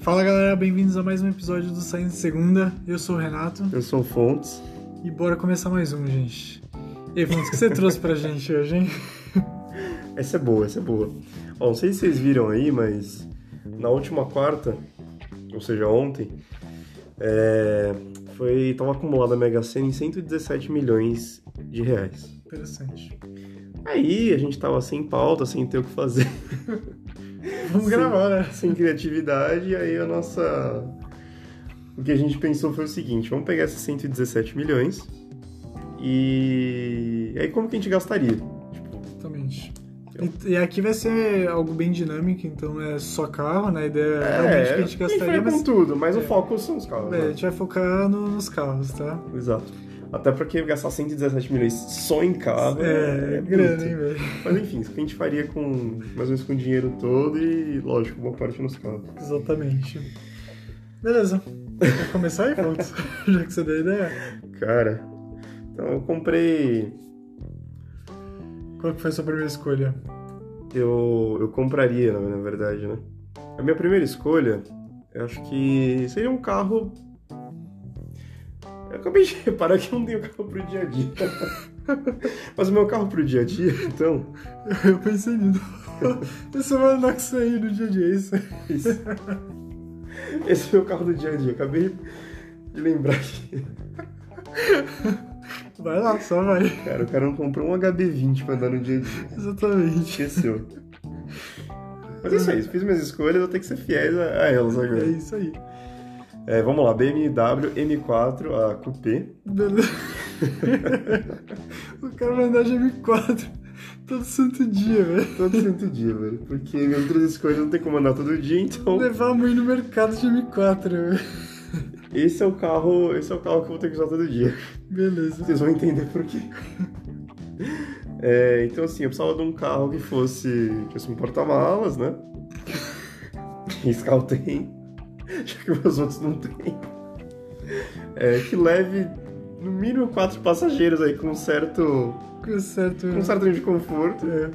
Fala galera, bem-vindos a mais um episódio do Saindo de Segunda. Eu sou o Renato Eu sou o Fontes. e bora começar mais um, gente. E aí, Fontes, o que você trouxe pra gente hoje, hein? Essa é boa, essa é boa. Ó, não sei se vocês viram aí, mas na última quarta, ou seja, ontem, é, foi tava acumulada a Mega Sena em 117 milhões de reais. Interessante. Aí a gente tava sem pauta, sem ter o que fazer, Vamos Sim. gravar, né? sem criatividade, e aí a nossa... O que a gente pensou foi o seguinte, vamos pegar esses 117 milhões e... Aí como que a gente gastaria? Tipo, Exatamente. E, e aqui vai ser algo bem dinâmico, então é só carro, né? A ideia é realmente que a gente gastaria, foi com mas tudo, mas é. o foco são os carros. é, a né? gente vai focar no- nos carros, tá? Exato. Até porque gastar 117 milhões só em carro é, é, grana, muito. hein, velho? Mas enfim, isso que a gente faria com mais ou menos com o dinheiro todo e, lógico, boa parte nos carros. Exatamente. Beleza. Quer começar aí, Fontes? Já que você deu a ideia. Cara, então eu comprei. Qual que foi a sua primeira escolha? Eu, eu compraria, na na verdade, né? A minha primeira escolha, eu acho que seria um carro. Eu acabei de reparar que eu não tenho carro pro dia a dia. Mas o meu carro pro dia a dia, então, Eu pensei nisso. Você vai andar com isso aí no dia a dia, é isso. Isso. Esse é o meu carro do dia a dia. Acabei de lembrar que, Vai lá, só vai. cara, o cara não comprou um HB20 pra andar no dia a dia. Exatamente. Esqueceu. Mas é isso aí, fiz minhas escolhas, vou ter que ser fiéis a, a elas É agora. isso aí. É, vamos lá, BMW M4, a Coupé. Beleza. o cara vai andar de M4 todo santo dia, velho. Todo santo dia, velho. Porque minhas outras escolhas não tem como andar todo dia, então Levar a mãe no mercado de M4, velho. esse é o carro. Esse é o carro que eu vou ter que usar todo dia. Beleza. Vocês vão entender por quê. É, então, assim, eu precisava de um carro que fosse. tivesse um porta-malas, né? Que esse carro tem. Já que meus outros não tem. É, que leve no mínimo quatro passageiros aí com um certo. Com certo. com um certo nível de conforto. É.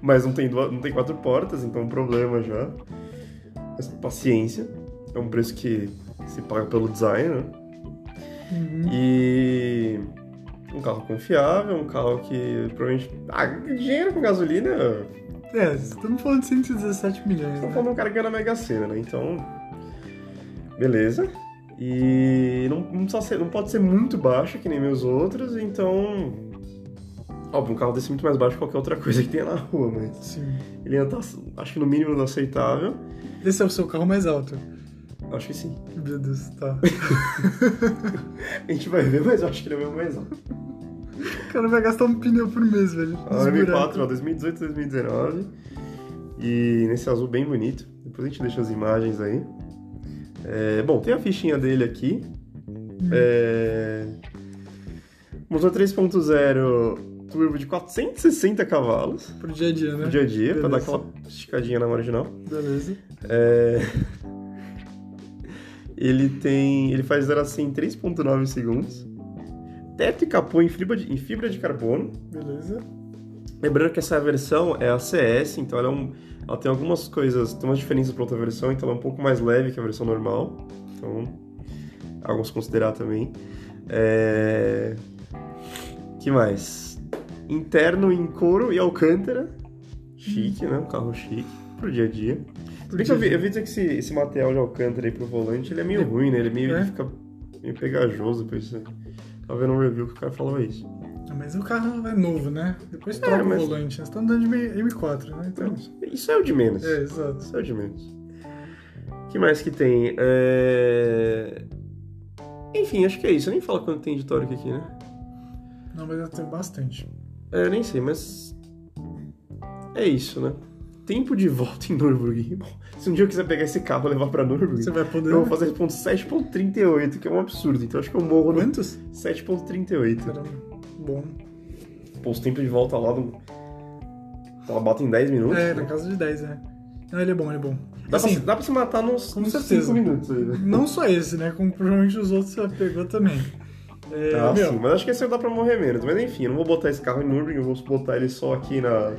Mas não tem, duas- não tem quatro portas, então é um problema já. Mas paciência. É um preço que se paga pelo design, né? Uhum. E um carro confiável, um carro que provavelmente. Ah, dinheiro com gasolina. É, estamos falando de 117 milhões, Estão né? falando de um cara que ganha na Mega Sena, né? Então. Beleza. E não, não precisa ser- não pode ser muito baixo, que nem meus outros, então. Óbvio, um carro desse é muito mais baixo que qualquer outra coisa que tenha na rua, mas. Sim. Ele ainda tá, acho que no mínimo aceitável. Esse é o seu carro mais alto. Acho que sim. Meu Deus, tá. A gente vai ver, mas eu acho que ele é o meu mais alto. O cara vai gastar um pneu por mês, velho. A Nos M4, buracos. ó, 2018, 2019. E nesse azul bem bonito. Depois a gente deixa as imagens aí. É, bom, tem a fichinha dele aqui. É, Motor 3.0 turbo de 460 cavalos Pro dia a dia, né? no dia a dia, pra dar Beleza. aquela esticadinha na marginal. Beleza. É, Ele tem. Ele faz 0 a 100 em 3.9 segundos. Teto e capô em fibra de- em fibra de carbono. Beleza. Lembrando que essa versão é a CS, então ela, é um- ela tem algumas coisas, tem umas diferenças para outra versão, então ela é um pouco mais leve que a versão normal. Então, algo a se considerar também. É... que mais? Interno em couro e alcântara. Chique, né? Um carro chique pro dia a dia. Se bem que eu vi, eu vi dizer que esse, esse material de alcântara aí pro volante, ele é meio É. ruim, né? Ele é meio, É. ele fica meio pegajoso, por isso. Tava vendo um review que o cara falava isso. Ah, Mas o carro é novo, né? Depois troca É, mas- o volante. Nós estamos andando de M4, né? Então. Isso é o de menos. É, exato. Isso é o de menos. O que mais que tem? É... Enfim, acho que é isso. Eu nem falo quanto tem de tórico aqui, né? Não, mas eu tenho bastante. É, eu nem sei, mas. É isso, né? Tempo de volta em Nürburgring. Bom, se um dia eu quiser pegar esse carro e levar pra Você Nürburgring, vai poder. eu vou fazer ponto 7.38, que é um absurdo. Então acho que eu morro no Quantos? 7.38. Caramba. Bom. Pô, os tempos de volta lá do. Ela bota em 10 minutos. É, né? na casa de 10, é. Não, ele é bom, ele é bom. dá, assim, pra, dá pra se matar nos com 5 certeza. minutos aí, né? Não só esse, né? Como provavelmente os outros você pegou também. É, Ah, meu, sim, mas acho que esse dá pra morrer menos. Mas enfim, eu não vou botar esse carro em Nürburgring, eu vou botar ele só aqui na,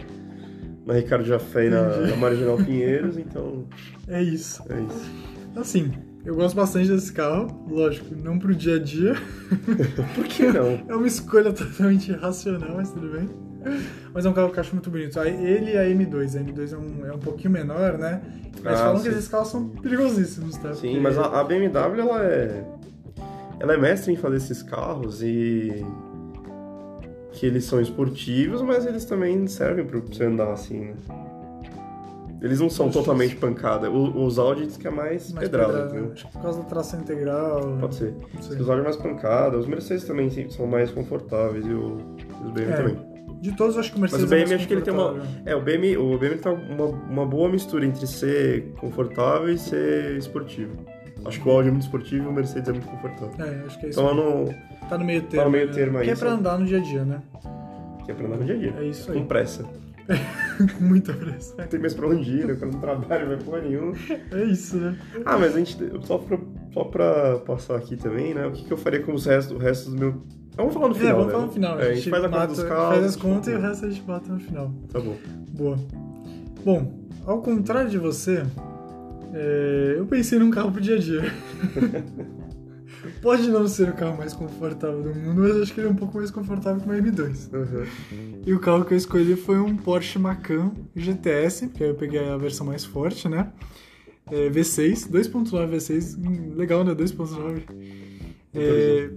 na Ricardo Jafé e na, na Marginal Pinheiros, então É isso. é isso. Assim, eu gosto bastante desse carro, lógico, não pro dia a dia. Por que não? É uma escolha totalmente irracional, mas tudo bem. Mas é um carro que eu acho muito bonito. Aí Ele e a M2. A M2 é um, é um pouquinho menor, né? Mas Ah, falam que sim. esses carros são perigosíssimos, tá? Sim, Porque- mas a, a BMW ela é ela é mestre em fazer esses carros e que eles são esportivos, mas eles também servem para você andar assim, né? Eles não são Justo. totalmente pancada. O- os Audi diz que é mais, mais pedrada, pedrada, né? entendeu? Acho que por causa da tração integral. Pode ser. não sei. Os Audi é mais pancada, os Mercedes também sim- são mais confortáveis e o, os BMW É. também. De todos, acho que o Mercedes Mas o é mais BM acho que ele tem uma- confortável. É, o BMW, o BMW tá uma, uma boa mistura entre ser confortável e ser esportivo. Acho que o Audi é muito esportivo e o Mercedes é muito confortável. É, acho que é isso. Então eu não, Tá no meio termo. no meio né? termo aí, Que é pra só. andar no dia a dia, né? Que é pra andar no dia a dia. É isso aí. Com pressa. Com muita pressa. Não tem mais pra onde ir, né? O cara não trabalha, não vai porra nenhuma. É isso, né? Ah, mas a gente. Só pra, só pra passar aqui também, né? O que, que eu faria com os restos, o resto do meu. Ah, Vamos falar no final. é, vamos né? falar no final. É, a gente faz a conta mata- dos carros. tipo, Faz as contas e o resto a gente bota no final. Tá bom. Boa. Bom, ao contrário de você, é, eu pensei num carro pro dia a dia. Pode não ser o carro mais confortável do mundo, mas acho que ele é um pouco mais confortável que o M2. Uhum. E o carro que eu escolhi foi um Porsche Macan GTS, porque aí eu peguei a versão mais forte, né? É, V6, 2.9 V6, hum, legal, né? 2.9. É,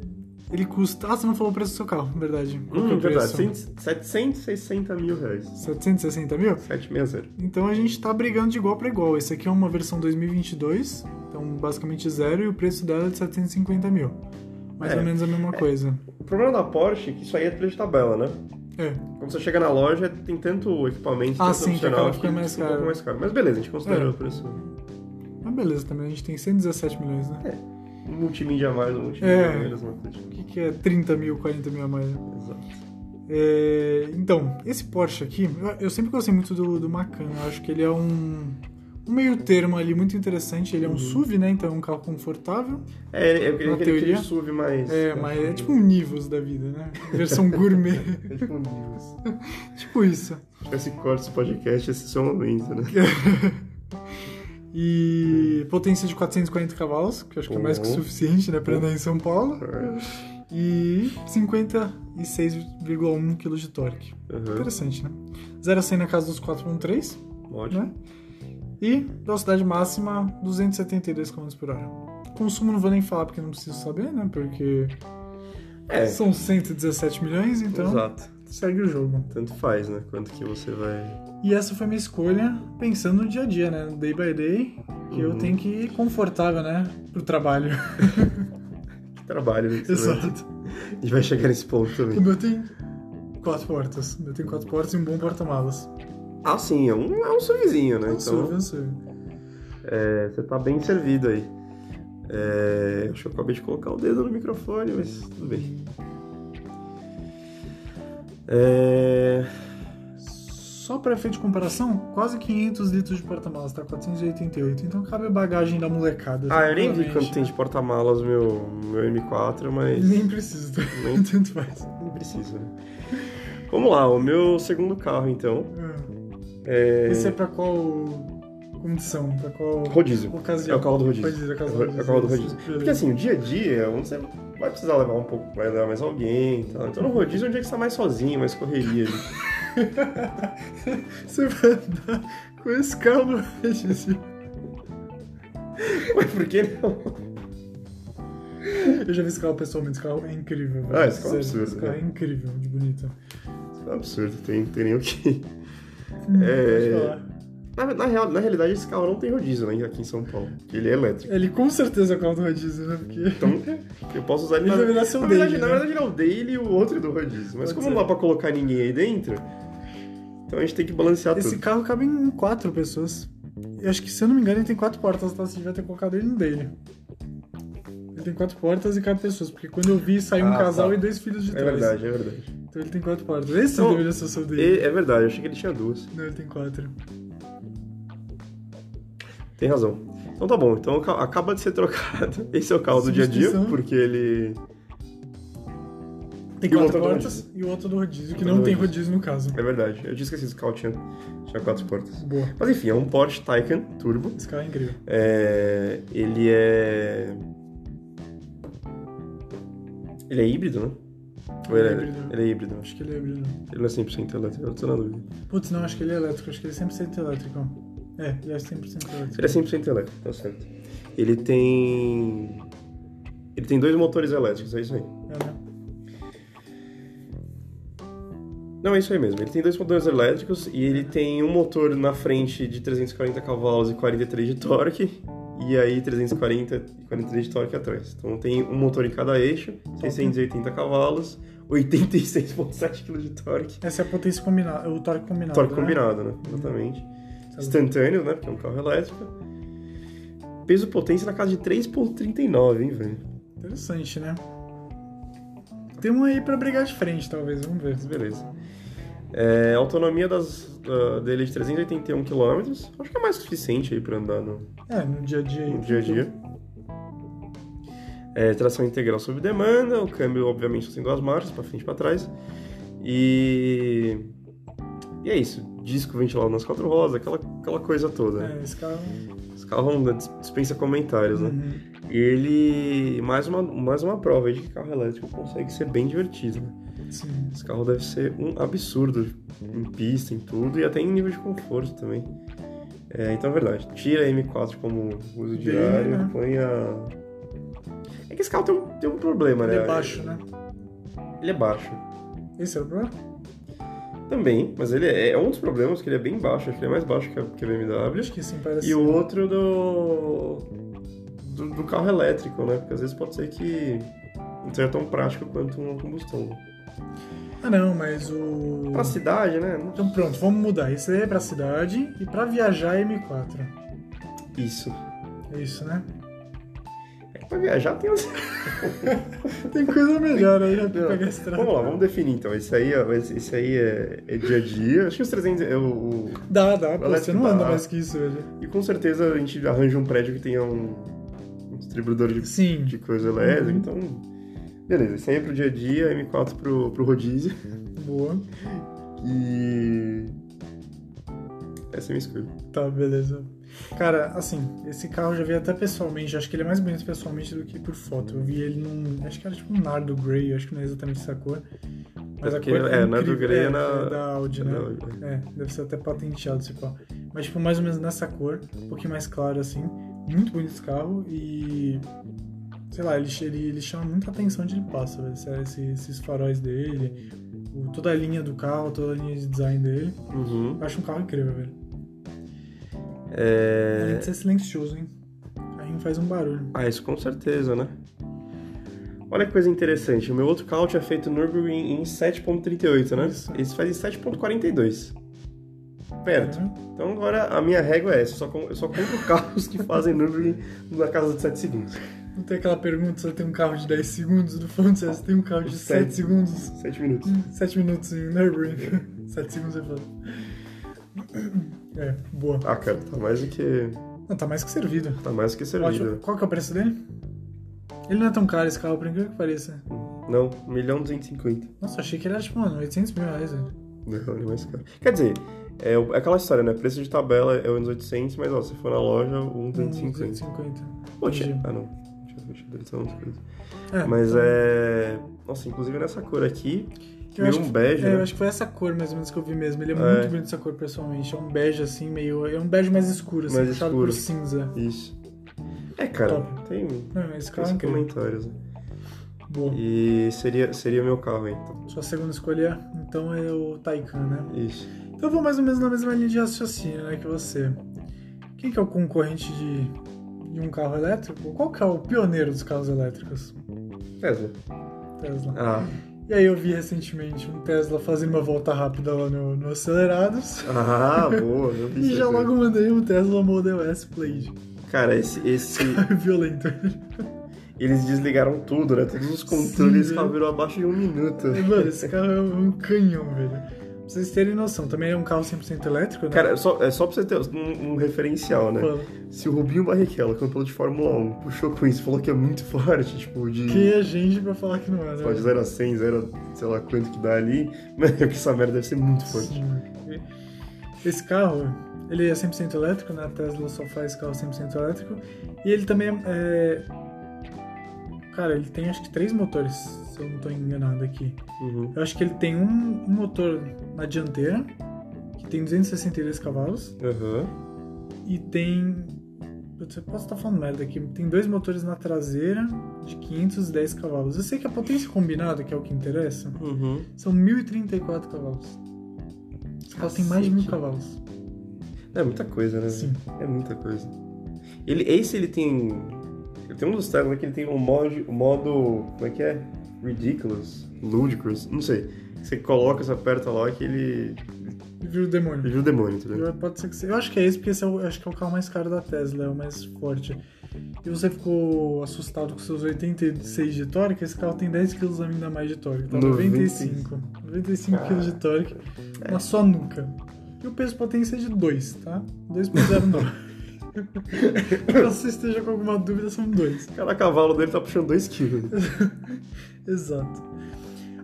ele custa. Ah, você não falou o preço do seu carro, verdade. Qual que é Hum, o verdade. preço? 100, 760 mil reais. 760 mil? 760. Então a gente tá brigando de igual para igual. Esse aqui é uma versão 2022, então basicamente zero, e o preço dela é de 750 mil. Mais É. ou menos a mesma coisa. O problema da Porsche é que isso aí é preço de tabela, né? É, Quando você chega na loja, tem tanto equipamento, Ah, tanto sim, que opcional acaba ficando mais fica um caro. pouco mais caro. Mas beleza, a gente considera É. o preço. mas beleza também, a gente tem 117 milhões, né? Um multimídia a mais, um multimídia É. a menos, uma coisa. assim. O que, que é 30 mil, 40 mil a mais? né? Exato. É, então, esse Porsche aqui, eu- eu sempre gostei muito do, do Macan. Eu acho que ele é um, um meio termo ali muito interessante. Uhum. Ele é um SUV, né? Então é um carro confortável. É, ele- eu queria Na que ele- que teoria? ele SUV mais. É, mas é tipo um Nivus da vida, né? Versão gourmet. É tipo um Deus. tipo isso. Tipo, Esse corte do podcast, esse é o seu momento, né? Hum. E potência de 440 cavalos, que eu acho que é mais que o Uhum. suficiente, né, pra andar em São Paulo. É. E 56,1 kg um de torque. Aham. Interessante, né? 0 a 100 na casa dos 4.3, Ótimo. né? E velocidade máxima 272 km por hora. Consumo não vou nem falar porque não preciso saber, né? Porque É, são 117 milhões, Né? então exato. segue o jogo. Tanto faz, né? Quanto que você vai. E essa foi minha escolha pensando no dia a dia, né? No Day by day, que eu Uhum. tenho que ir confortável, né? Pro trabalho. Que trabalho, né? que você vai- Exato. A gente vai chegar nesse ponto O também. meu tem quatro portas. O meu tem quatro portas e um bom porta-malas. Ah, sim, é um, é um SUVzinho, né? É um SUV, é Então, um SUV. é, você tá bem servido aí. É, acho que eu acabei de colocar o dedo no microfone, mas tudo bem. É, Só para efeito de comparação, quase 500 litros de porta-malas, tá? 488. Então cabe a bagagem da molecada. Ah, eu nem vi claramente. quanto tem de porta-malas meu, meu M4, mas. Nem preciso, tá? Nem- tanto faz. Nem precisa, né? Vamos lá, o meu segundo carro, então. Ah, É... Esse é pra qual condição? Pra qual rodízio. É ocasião? o carro do rodízio. Rodízio, é o É carro do o é o carro do rodízio. rodízio. Porque assim, o dia a dia, onde você vai precisar levar um pouco, vai levar mais alguém e tal. Então no rodízio é um dia que você tá mais sozinho, mais correria. ali. Você vai andar com esse carro no rodízio. Mas por que não? Eu já vi esse carro pessoalmente, esse carro é incrível. velho. Ah, esse carro é Sério, absurdo, Esse carro é né? incrível, de bonito. É um absurdo, tem, tem nem o que. É. Pode falar. Na, na real- na realidade, esse carro não tem rodízio né, aqui em São Paulo. porque Ele é elétrico. Ele com certeza é o carro do rodízio, né? Porque Então, eu posso usar ele ele na, deveria ser o Na dele, verdade, na né? verdade, ele é o dele e o outro é do rodízio. Mas Pode como ser. não dá pra colocar ninguém aí dentro, então a gente tem que balancear Esse tudo. carro cabe em quatro pessoas. Eu acho que, se eu não me engano, ele tem quatro portas, tá? Você devia ter colocado ele no dele. Ele tem quatro portas e cabe pessoas, porque quando eu vi, saiu um Ah, casal tá. e dois filhos de É trás. verdade, é verdade. Então ele tem quatro portas. Esse Então, deveria ser o seu dele. E- é verdade, eu achei que ele tinha duas. Não, ele tem quatro. Tem razão. Então tá bom, então ca- acaba de ser trocado. Esse é o carro do dia a dia, Substituição. porque ele. Tem E o quatro outro é do portas e o outro do rodízio, que Outro não do tem rodízio. rodízio no caso. É verdade, eu tinha esquecido que o carro tinha, tinha quatro portas. Boa. Mas enfim, é um Porsche Taycan Turbo. Esse carro é incrível. É, ele é. Ele é híbrido, né? Ou ele é Híbrido. Ele é híbrido, acho Acho que ele é híbrido. que ele não é 100% elétrico, eu tô na dúvida. Putz, não, acho que ele é elétrico. Acho que ele é 100% elétrico. É, ele é 100% elétrico. Ele é 100% elétrico, tá certo. Ele tem. Ele tem dois motores elétricos, é isso aí. É, né? Não, é isso aí mesmo. Ele tem dois motores elétricos e ele tem um motor na frente de 340 cavalos e 43 de torque. E aí 340 e 43 de torque atrás. Então tem um motor em cada eixo, 680 cavalos, 86,7 kg de torque. Essa é a potência combinada, o torque combinado. Torque né? combinado, né? Exatamente. Sabe? Instantâneo, né? Porque é um carro elétrico. Peso potência na casa de 3,39, hein, velho? Interessante, né? Tem um aí pra brigar de frente, talvez, vamos ver. Mas beleza. É, autonomia das, da- dele é de 381 km. Acho que é mais que suficiente aí pra andar no, É, no dia a dia aí. no dia a dia. É, tração integral sob demanda, o câmbio obviamente assim, sendo as marchas, para frente e para trás. E... e é isso, disco ventilado nas quatro rodas, aquela, aquela coisa toda. né? É, esse carro. Esse carro não dis- dispensa comentários, né? Uhum. E ele... Mais uma, mais uma prova aí de que carro elétrico consegue ser bem divertido. né? Sim. Esse carro deve ser um absurdo em pista, em tudo, e até em nível de conforto também. É, então é verdade, tira a M4 como uso diário, né? põe a. É que esse carro tem um, tem um problema, Ele né? é baixo, né? Ele é baixo. Esse era o problema? Também, mas ele é, é um dos problemas, que ele é bem baixo, acho que ele é mais baixo que a, que a BMW. Acho que sim, parece. E o outro do, do. do carro elétrico, né? Porque às vezes pode ser que não seja tão prático quanto uma combustão. Ah, não, mas o. Pra cidade, né? Não- Então pronto, vamos mudar. Esse daí é pra cidade e pra viajar é M4. Isso. É isso, né? É que pra viajar tem uns. Tem coisa melhor aí, né? Não. Pegar a estrada. Vamos lá, vamos definir então. Esse aí, ó, esse esse aí é, é dia a dia. Acho que os 300. É o, o- Dá, dá, pô, Parece você não que anda dá. mais que isso, velho. E com certeza a gente arranja um prédio que tenha um, um distribuidor de, Sim. de coisa elétrica. Então, beleza. Esse aí é pro dia a dia, M4 pro, pro rodízio. Boa. E. Essa é a minha escolha. Tá, beleza. Cara, assim, esse carro eu já vi até pessoalmente. Acho que ele é mais bonito pessoalmente do que por foto. Eu vi ele num. Acho que era tipo um Nardo Grey, acho que não é exatamente essa cor. Mas a Porque, cor é, é, Nardo incrível, Grey é é, na- é da Audi, né? Não, É, deve ser até patenteado esse pau. Mas, tipo, mais ou menos nessa cor, um pouquinho mais claro, assim. Muito bonito esse carro e. Sei lá, ele, ele, ele chama muita atenção onde ele passa, velho. Esse- esse- esses faróis dele, o- toda a linha do carro, toda a linha de design dele. Uhum. Eu acho um carro incrível, velho. Além É... de ser silencioso, hein? Aí faz um barulho. Ah, isso com certeza, né? Olha que coisa interessante. O meu outro carro tinha feito Nürburgring em 7.38, né? Isso. Esse faz em 7.42. Perto. Né? Então agora a minha régua é essa, eu só, com- eu só compro carros que fazem Nürburgring na casa de 7 segundos. Não tem aquela pergunta se eu tenho um carro de 10 segundos do fundo, se você tem um carro de 7 Sete. segundos, 7 minutos. 7 minutos em Nürburgring. 7 segundos é foda. É, boa. Ah, cara, tá mais do que. Não, tá mais que servido. Tá mais do que Ótimo. servido. Qual que é o preço dele? Ele não é tão caro esse carro, por incrível que pareça. Não, 1 milhão 250. Nossa, achei que ele era tipo, mano, 800 mil reais, velho. Um Não, ele é mais caro. Quer dizer, é, o- é aquela história, né? Preço de tabela é 1,800, mas ó, se for na loja, 1,250. 250. Pô, tinha- Entendi. Ah, não. Deixa eu- deixa eu deletar umas coisas. É, Mas é. Nossa, inclusive nessa cor aqui, Eu acho meio que- um bege, É, eu né? acho que foi essa cor mais ou menos que eu vi mesmo. Ele é, É. muito bonito essa cor, pessoalmente. É um bege assim, meio. É um bege mais escuro, assim, Mais puxado escuro. por cinza. Isso. É, cara, Top. tem. Não, esse Tem carro é uns incrível. comentários, né? Boa. E seria, seria meu carro, então. Sua segunda escolha, então, é o Taycan, né? Isso. Então eu vou mais ou menos na mesma linha de raciocínio, né, que você. Quem que é o concorrente de, de um carro elétrico? Qual que é o pioneiro dos carros elétricos? Tesla. Tesla. Ah, E aí eu vi recentemente um Tesla fazendo uma volta rápida lá no, no Acelerados. ah boa. Eu vi E isso já aí. logo mandei um Tesla Model S Plaid. Cara, esse, esse. Violento. Eles desligaram tudo, né? Todos os Sim, controles né? esse carro virou abaixo de um minuto. Mano, esse carro é um canhão, velho. Pra Pra vocês terem noção, também é um carro 100% elétrico, né? Cara, só, é só pra você ter um, um referencial, né? Fala. Se o Rubinho Barrichello, que é um piloto de Fórmula 1, puxou com isso, falou que é muito forte, tipo, de... Quem é gente pra falar que não é, né? Pode 0 a 100, 0 a sei lá quanto que dá ali. Mano, que essa merda deve ser muito forte. Sim. Esse carro, ele é 100% elétrico, né? A Tesla só faz carro 100% elétrico. E ele também é... Cara, ele tem acho que três motores, se eu não tô enganado aqui. Uhum. Eu acho que ele tem um, um motor na dianteira, que tem 262 cavalos, Aham. e tem... Putz, eu posso estar falando merda aqui. Tem dois motores na traseira de 510 cavalos. Eu sei que a potência combinada, que é o que interessa, Uhum. são 1034 cavalos. Esse carro tem mais de mil Cacete. cavalos. É muita coisa, né? Sim. É muita coisa. Ele, esse ele tem. Ele tem um dos Tesla que ele tem um mod, um modo. Como é que é? Ridiculous? Ludicrous? Não sei. Você coloca, você aperta lá que ele. E vira o demônio. Ele vira o demônio, tá entendeu? Eu- Pode ser que seja. Eu acho que é esse, porque esse é o, eu acho que é o carro mais caro da Tesla, é o mais forte. E você ficou assustado com seus 86 de torque, esse carro tem 10 kg ainda a mais de torque, tá? 95. 95 kg de torque na é. sua nuca. E o peso potência é de 2, tá? 2.09. Caso você esteja com alguma dúvida, são dois. Cada cavalo dele tá puxando 2kg. Exato.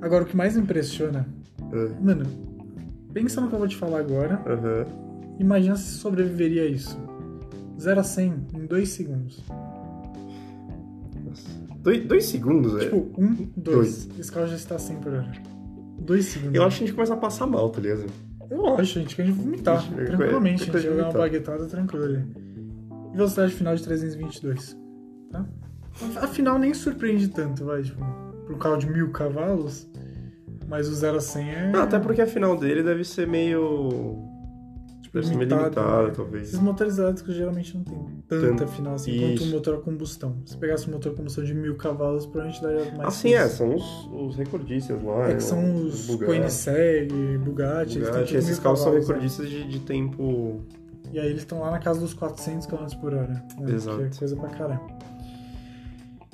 Agora, o que mais impressiona... É. Mano, pensa no que eu vou te falar agora, Aham. Imagina se sobreviveria a isso. 0 a 100 em 2 segundos. Nossa. Dois, dois segundos, velho. Tipo, 1, 2. Esse carro já está 100 por hora. 2 segundos. Eu acho que a gente começa a passar mal, tá ligado? Eu acho, gente, que a gente vomitar. Gente, eu- tranquilamente, a eu- gente eu- eu- jogar uma vomitar. baguetada tranquila ali. E velocidade final de 322. Tá? Afinal, nem surpreende tanto, vai. Tipo, para um carro de mil cavalos, mas o 0 a 100 é. Não, até porque a final dele deve ser meio. tipo, Deve ser meio limitado, limitada, né? talvez. Esses motores elétricos geralmente não tem tanta Tanto. final assim Isso. quanto um motor a combustão. Se pegasse um motor a combustão de mil cavalos, provavelmente daria mais. Assim que é, isso. são os, os recordistas lá. É né, que são os Bugatti. Koenigsegg, Bugatti, eles têm Bugatti, tipo esses mil carros são cavalos, recordistas de, de tempo. né? E aí eles estão lá na casa dos 400 km por hora. né? Exato. Que é coisa pra caramba.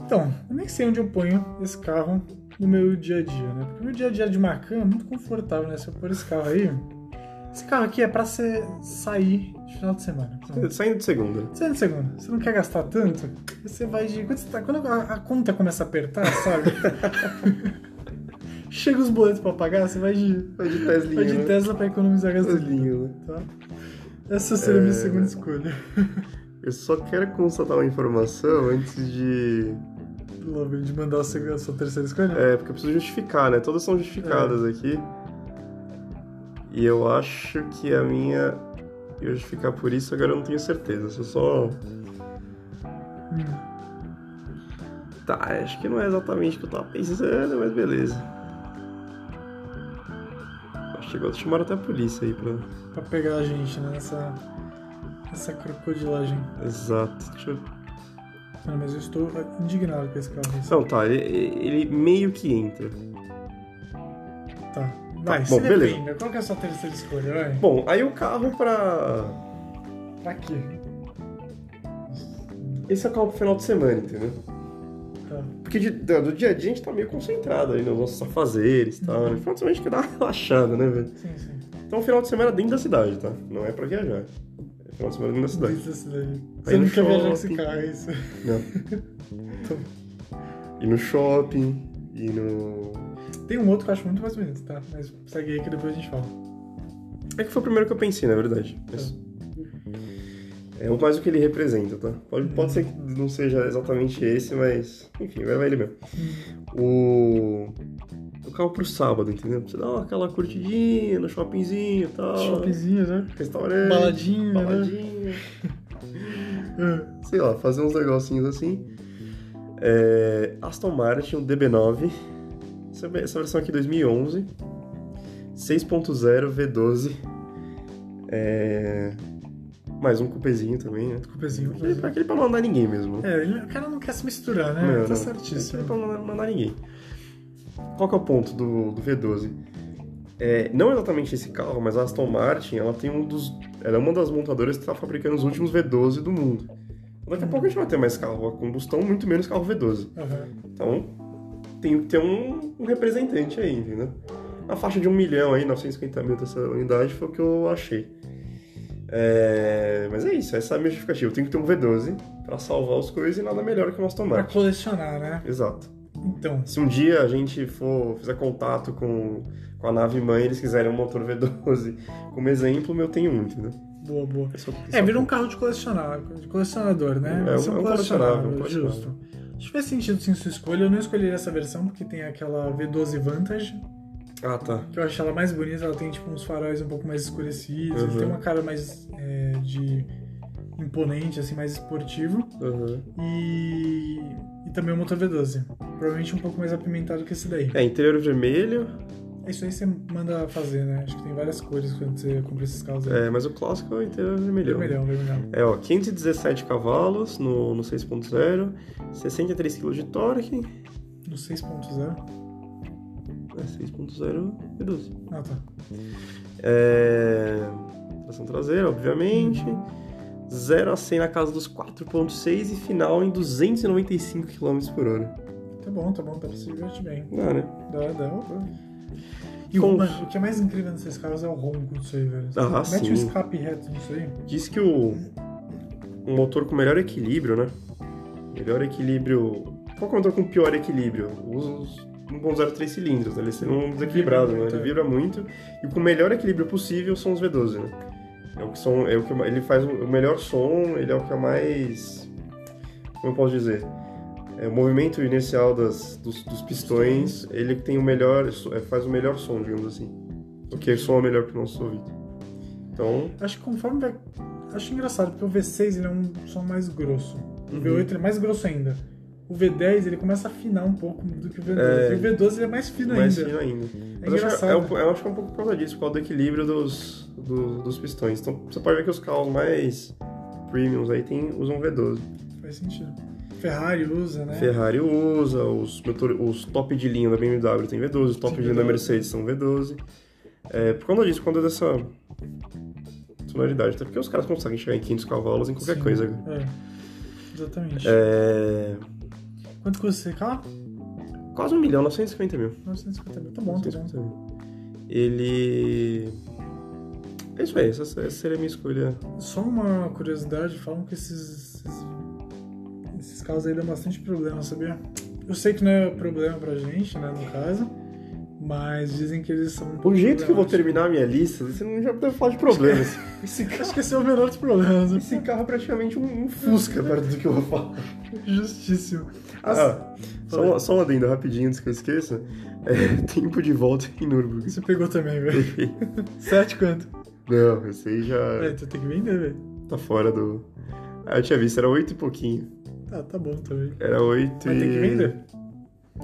Então, eu nem sei onde eu ponho esse carro no meu dia a dia, né? Porque o meu dia a dia de Macan é muito confortável, né? Se eu pôr esse carro aí. Esse carro aqui é pra você sair de final de semana. Então, Saindo de segunda. Você não segunda, você não quer gastar tanto, você vai de. Quando, você tá- quando a, a conta começa a apertar, sabe? Chega os boletos pra pagar, você vai de, Vai de vai de Teslinha. né? Tesla pra economizar gasolina. Teslinha, né? Tá? Essa seria a minha É. segunda escolha. Eu só quero constatar uma informação antes de. Lobo, de mandar a sua, a sua terceira escolha? né? É, porque eu preciso justificar, né? Todas são justificadas aqui. E eu acho que a minha. Eu ia justificar por isso, agora eu não tenho certeza. Se eu só. Hum. Tá, acho que não é exatamente o que eu tava pensando, mas beleza. Acho que agora chamaram até a polícia aí pra. Pra pegar a gente, né? Essa, essa crocodilagem. Exato. Deixa eu... Mano, mas eu estou indignado com esse carro. Não, tá, ele, ele meio que entra. Tá. Vai, bom, se beleza. defenda. Qual que é a sua terceira escolha, vai? Bom, aí o carro pra. Pra quê? Esse é o carro pro final de semana, entendeu? Tá. Porque de- do, do dia a dia a gente tá meio concentrado aí nos nossos afazeres e tal. né? No final de semana a gente quer dar uma relaxada, né, velho? Sim, sim. Então final de semana é dentro da cidade, tá? Não é pra viajar. É final de semana dentro da cidade. Desde a cidade. Aí Você no não quer viajar com esse shopping. carro, é isso? Não. E no shopping, e no. Tem um outro que eu acho muito mais bonito, tá? Mas segue aí que depois a gente fala. É que foi o primeiro que eu pensei, na verdade. Mas... É o mais o que ele representa, tá? Pode, pode ser que não seja exatamente esse, mas. Enfim, vai, vai ele mesmo. O. O carro pro sábado, entendeu? Pra você dar uma- aquela curtidinha no shoppingzinho e tal. Shoppingzinho, né? Restaurante. Baladinho, né? baladinha, Ah, É, Sei lá, fazer uns negocinhos assim. É, Aston Martin, o DB9. Essa ve- essa versão aqui 2011. 6.0 V12. É, mais um cupezinho também, né? Desculpazinho. Aquele pra, aquele pra não andar ninguém mesmo. né? É, ele- o cara não quer se misturar, né? Não, tá não. É, Aquele certíssimo. pra não não andar ninguém. Qual que é o ponto do, do V12? É, não exatamente esse carro, mas a Aston Martin, ela tem um dos. Ela é uma das montadoras que está fabricando os últimos V12 do mundo. Daqui a pouco a gente vai ter mais carro a combustão, muito menos carro V12. Aham. Então, tem que ter um, um representante aí, entendeu? na faixa de 1 milhão aí, 950 mil dessa unidade, foi o que eu achei. É, mas é isso, essa é a minha justificativa. Eu tenho que ter um V12 pra salvar os coisas e nada melhor que o nosso Pra tomate. colecionar, né? Exato. Então, Se um dia a gente for fizer contato com, com a nave mãe e eles quiserem um motor V12 como exemplo, o meu tem um, entendeu? boa, boa. É, só- só- É, vira um carro de colecionar, de colecionador, né? É, Isso é um colecionável, um colecionável. justo. Se tivesse sentido sim sua escolha, eu não escolheria essa versão porque tem aquela V12 Vantage, Ah, tá. que eu acho ela mais bonita, ela tem tipo uns faróis um pouco mais escurecidos, Uhum. tem uma cara mais é, de imponente, assim, mais esportivo. Uhum. E, e também o motor V12. Provavelmente um pouco mais apimentado que esse daí. É, interior vermelho, É isso aí que você manda fazer, né? Acho que tem várias cores quando você compra esses carros aí. é, mas o clássico é o interior vermelhão. Vermelhão, vermelhão. É, ó, 517 cavalos no, no 6.0, 63 kg de torque, No 6.0. é, 6.0 e 12. Ah, tá. É, tração traseira, obviamente. 0 a 100 na casa dos 4.6 e final em 295 km por hora. Tá bom, tá bom, dá pra se divertir bem. Não, né? Dá, dá. opa. E o, Com- mano, o que é mais incrível nesses carros é o ronco disso aí, velho. Ah, Mete sim. um escape reto nisso aí. Diz que o um motor com melhor equilíbrio, né? Melhor equilíbrio. Qual que é o motor com pior equilíbrio? Os um os 1.03 cilindros, né? Eles são desequilibrados, né? muito, Ele é. vibra muito. E com o melhor equilíbrio possível são os V12, né? É o que são, é o que ele faz o melhor som, ele é o que é mais como eu posso dizer? É, o movimento inicial das, dos, dos pistões, ele tem o melhor, é, faz o melhor som, digamos assim. O que soa melhor pro nosso ouvido. Então, Acho que conforme vai. Acho engraçado, porque o V6 ele é um som mais grosso. O Uhum. V8 ele é mais grosso ainda. O V10 ele começa a afinar um pouco do que o V12. É. E o V12 ele é mais fino mais ainda. fino ainda. É Mas eu acho, que é- é engraçado. um po- eu acho que é um pouco por causa disso, por causa do equilíbrio dos, do- dos pistões. Então você pode ver que os carros mais premiums aí tem, usam V12. Faz sentido. Ferrari usa, né? Ferrari usa, os, motor- os top de linha da BMW tem V12, os top Sim, de linha da V12. Mercedes são V12. É, por conta disso, por conta dessa sonoridade, até porque os caras conseguem chegar em 500 cavalos em qualquer Sim. coisa. É. Exatamente. É, Quanto Ah, custa esse carro? quase 1 milhão, 950 mil. 950 mil. Tá bom, tá bom. 950 mil. Ele... É isso aí, essa, essa seria a minha escolha. Só uma curiosidade, falam que esses, esses, esses carros aí dão bastante problema, sabia? Eu sei que não é problema pra gente, né, no caso, mas dizem que eles são... um O pouco jeito que eu vou problemáticos. terminar a minha lista, você não já deve falar de assim. problemas. Esse carro, acho que esse é o menor dos problemas, né? Esse carro é praticamente um, um fusca perto do que eu vou falar. justíssimo. As- Ah, só, uma- só um adendo rapidinho antes que eu esqueça. É, tempo de volta em Nürburgring. Você pegou também, velho. Sete quanto? Não, esse aí já É, então tem que vender, velho. tá fora do... Ah, eu tinha visto, era 8 e pouquinho. Tá, tá bom também. Era 8 Mas e... tem que vender.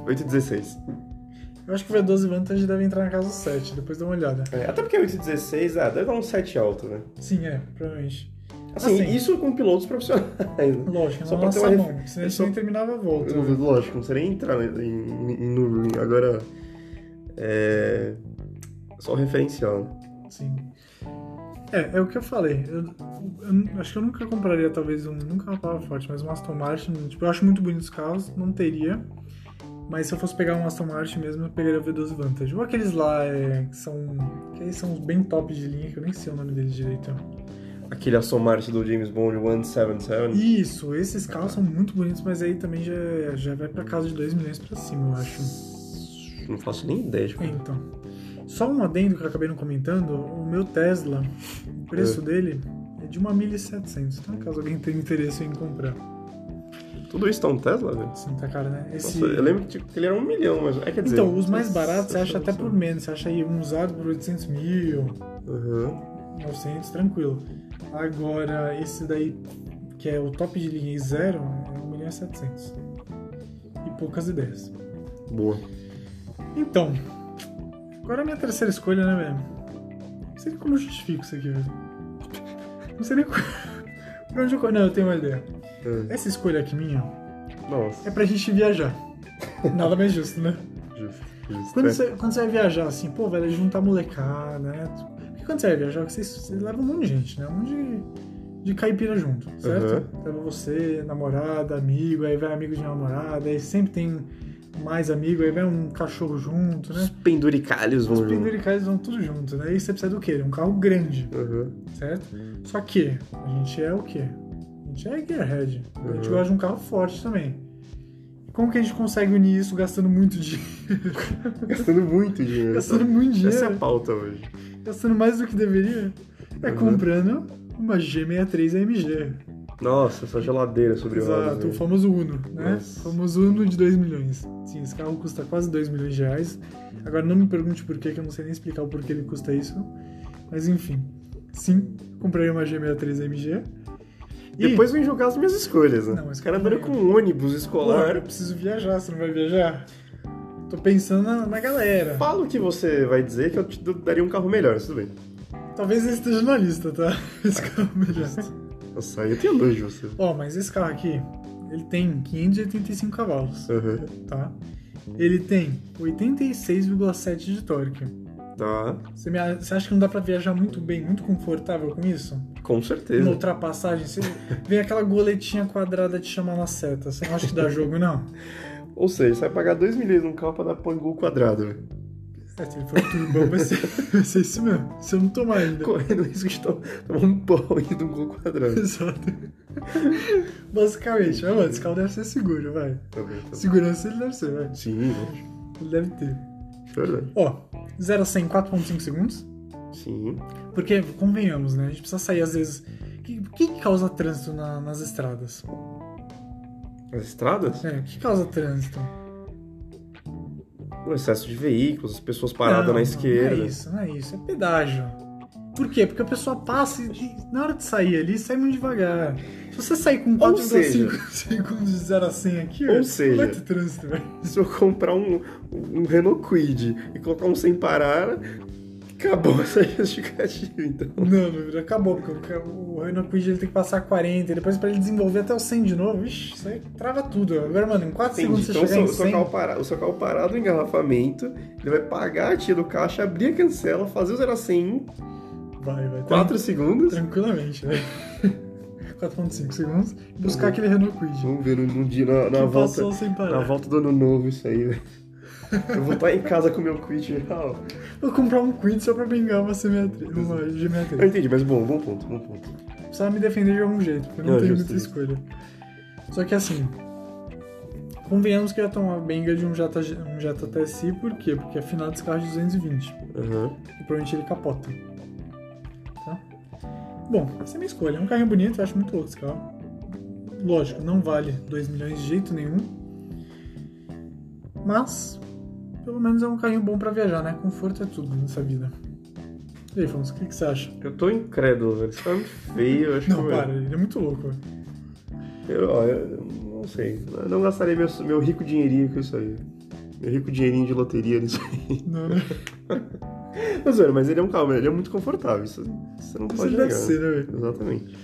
8 e 16. Eu acho que o V12 Vantage deve entrar na casa 7, depois dá uma olhada. É, até porque 8 e 16, ah, deve dar um 7 alto, né? Sim, é, provavelmente. Assim, Assim. isso com pilotos profissionais, né? Lógico, Só não pra nossa ter uma ref- mão, senão a gente só- nem terminava a volta. Eu, lógico, não seria entrar em, em, em Nürburgring. Agora, é... Só referencial, né? Sim. É, é o que eu falei. Eu, eu- acho que eu nunca compraria, talvez, um. Nunca é uma palavra forte, mas um Aston Martin. Tipo, eu acho muito bonito os carros, não teria. Mas se eu fosse pegar um Aston Martin mesmo, eu pegaria o V12 Vantage. Ou aqueles lá é, que são. Que aí são os bem top de linha, que eu nem sei o nome deles direito. Aquele Aston Martin do James Bond 177. Isso, esses carros são muito bonitos, mas aí também já, já vai pra casa de 2 milhões pra cima, eu acho. Não faço nem ideia de É, como. Então, só um adendo que eu acabei não comentando, o meu Tesla, o preço dele é de 1.700, então caso alguém tenha interesse em comprar. Tudo isso tá um Tesla, velho? Assim, tá caro, né? Esse... Nossa, eu lembro que, tipo, que ele era um milhão, mas. É, quer dizer, Então, os mais baratos você acha até por Aham. menos, você acha aí um usado por 800 mil, 900, tranquilo. Agora, esse daí, que é o top de linha e zero, é 1 milhão e 700. E poucas ideias. Boa. Então, agora é a minha terceira escolha, né, velho? Não sei nem como eu justifico isso aqui, velho. Não sei nem co- pra onde eu... co- Não, eu tenho uma ideia. É. Essa escolha aqui minha Nossa. é pra gente viajar. Nada mais justo, né? Justo, justo. Quando, É. você, quando você vai viajar, assim, pô, velho, é juntar molecada, né? Porque quando você vai viajar, você, você leva um monte de gente, né? Um monte de, de caipira junto, certo? Leva você, namorada, amigo, aí vai amigo de namorada, aí sempre tem mais amigo, aí vai um cachorro junto, Os né? penduricalhos vão Os junto. penduricalhos vão tudo junto, né? E você precisa do quê? De um carro grande, Uhum. certo? Só que a gente é o quê? A gente é gearhead. A gente Uhum. gosta de um carro forte também. Como que a gente consegue unir isso gastando muito dinheiro? Gastando muito dinheiro. Gastando muito Essa é dinheiro? a pauta hoje. Gastando mais do que deveria? É Uhum. comprando uma G63 AMG. Nossa, essa geladeira sobre rodas, Exato, um né? o famoso Uno, né? Nossa. O famoso Uno de 2 milhões. Sim, esse carro custa quase 2 milhões de reais. Agora não me pergunte por quê, que eu não sei nem explicar o porquê ele custa isso. Mas enfim. Sim, comprei uma G63 MG. E- Depois vem jogar as minhas escolhas, né? Não, mas é? Os caras calma andaram com aí. um ônibus Pô, eu escolar. preciso viajar, você não vai viajar? Tô pensando na, na galera. Fala o que você vai dizer que eu te daria um carro melhor, mas tudo bem. Talvez ele esteja na lista, tá? Esse carro é melhor. Nossa, aí eu tenho nojo de você. Ó, mas esse carro aqui, ele tem 585 cavalos, Uhum. tá? Ele tem 86,7 de torque. Tá, Você, me- você acha que não dá pra viajar muito bem, muito confortável com isso? com Uma certeza. ultrapassagem, você vem aquela goletinha quadrada te chamando a seta. Você não acha que dá jogo, não? Ou seja, você vai pagar 2 milhões num carro pra dar pangol quadrado, velho. É, se ele for turbão, vai ser, vai ser isso mesmo. Se eu não tomar ainda. Correndo risco de to- tomar um pau e de um gol quadrado. Exato. Basicamente, mas, mano, esse carro deve ser seguro, vai. Tá bem, tá bem. Segurança ele deve ser, vai. Sim, lógico. Ele deve ter. Verdade. Ó, 0 a 100 em 4.5 segundos. Sim. Porque, convenhamos, né? A gente precisa sair às vezes... O que, o que causa trânsito na- nas estradas? As estradas? É, o que causa trânsito? O excesso de veículos, as pessoas paradas Não, na não, esquerda. Não é isso, não é isso. É pedágio. Por quê? Porque a pessoa passa e e na hora de sair ali, sai muito devagar. Se você sair com Ou 4,5 segundos de 0 a 100 aqui, Ou ó, seja- vai ter trânsito, velho. Se eu comprar um, um Renault Kwid e colocar um sem parar, acabou essa justificativa, então. Não, meu filho, acabou, porque o ca- o Renault Quid ele tem que passar 40, e depois pra ele desenvolver até o 100 de novo, vixi, isso aí trava tudo. Agora, mano, em 4 Entendi. segundos você Então, chegar seu, em seu 100... carro parado, o seu carro parado em engarrafamento, ele vai pagar a tia do caixa, abrir a cancela, fazer o 0 a 100 em Vai, vai. 4 tran- segundos. Tranquilamente, né? velho. 4.5 segundos. e Buscar aquele Renault Quid. Vamos ver no, no dia, Uhum. na, na que volta, passou né? sem parar. na volta do ano novo isso aí, velho. Eu vou estar em casa com o meu Kwid já, ó. Vou comprar um Quid só pra vingar uma C63. Uma Eu G63. entendi, mas bom, bom ponto, bom ponto. Precisava me defender de algum jeito, porque eu não Não, tenho justo, muita justo. escolha. Só que assim. Convenhamos que eu ia tomar benga de um Jetta, um Jetta TSI, por quê? Porque afinal desse carro é de 220. E Aham. provavelmente ele capota. Tá? Bom, essa é a minha escolha. É um carrinho bonito, eu acho muito louco esse carro. Lógico, não vale 2 milhões de jeito nenhum. Mas, pelo menos é um carrinho bom pra viajar, né? Conforto é tudo nessa vida. E aí, Fons, o que, que você acha? Eu tô incrédulo, velho. Esse carro é muito feio, eu acho Não, que. para, ele é muito louco. Eu, ó, eu não sei. Eu não gastaria meu, meu rico dinheirinho com isso aí. Meu rico dinheirinho de loteria nisso aí. Não, né? Mas, olha, mas ele é um carro, ele é muito confortável. Isso você não Isso pode ele deve negar. ser, né, velho? Exatamente.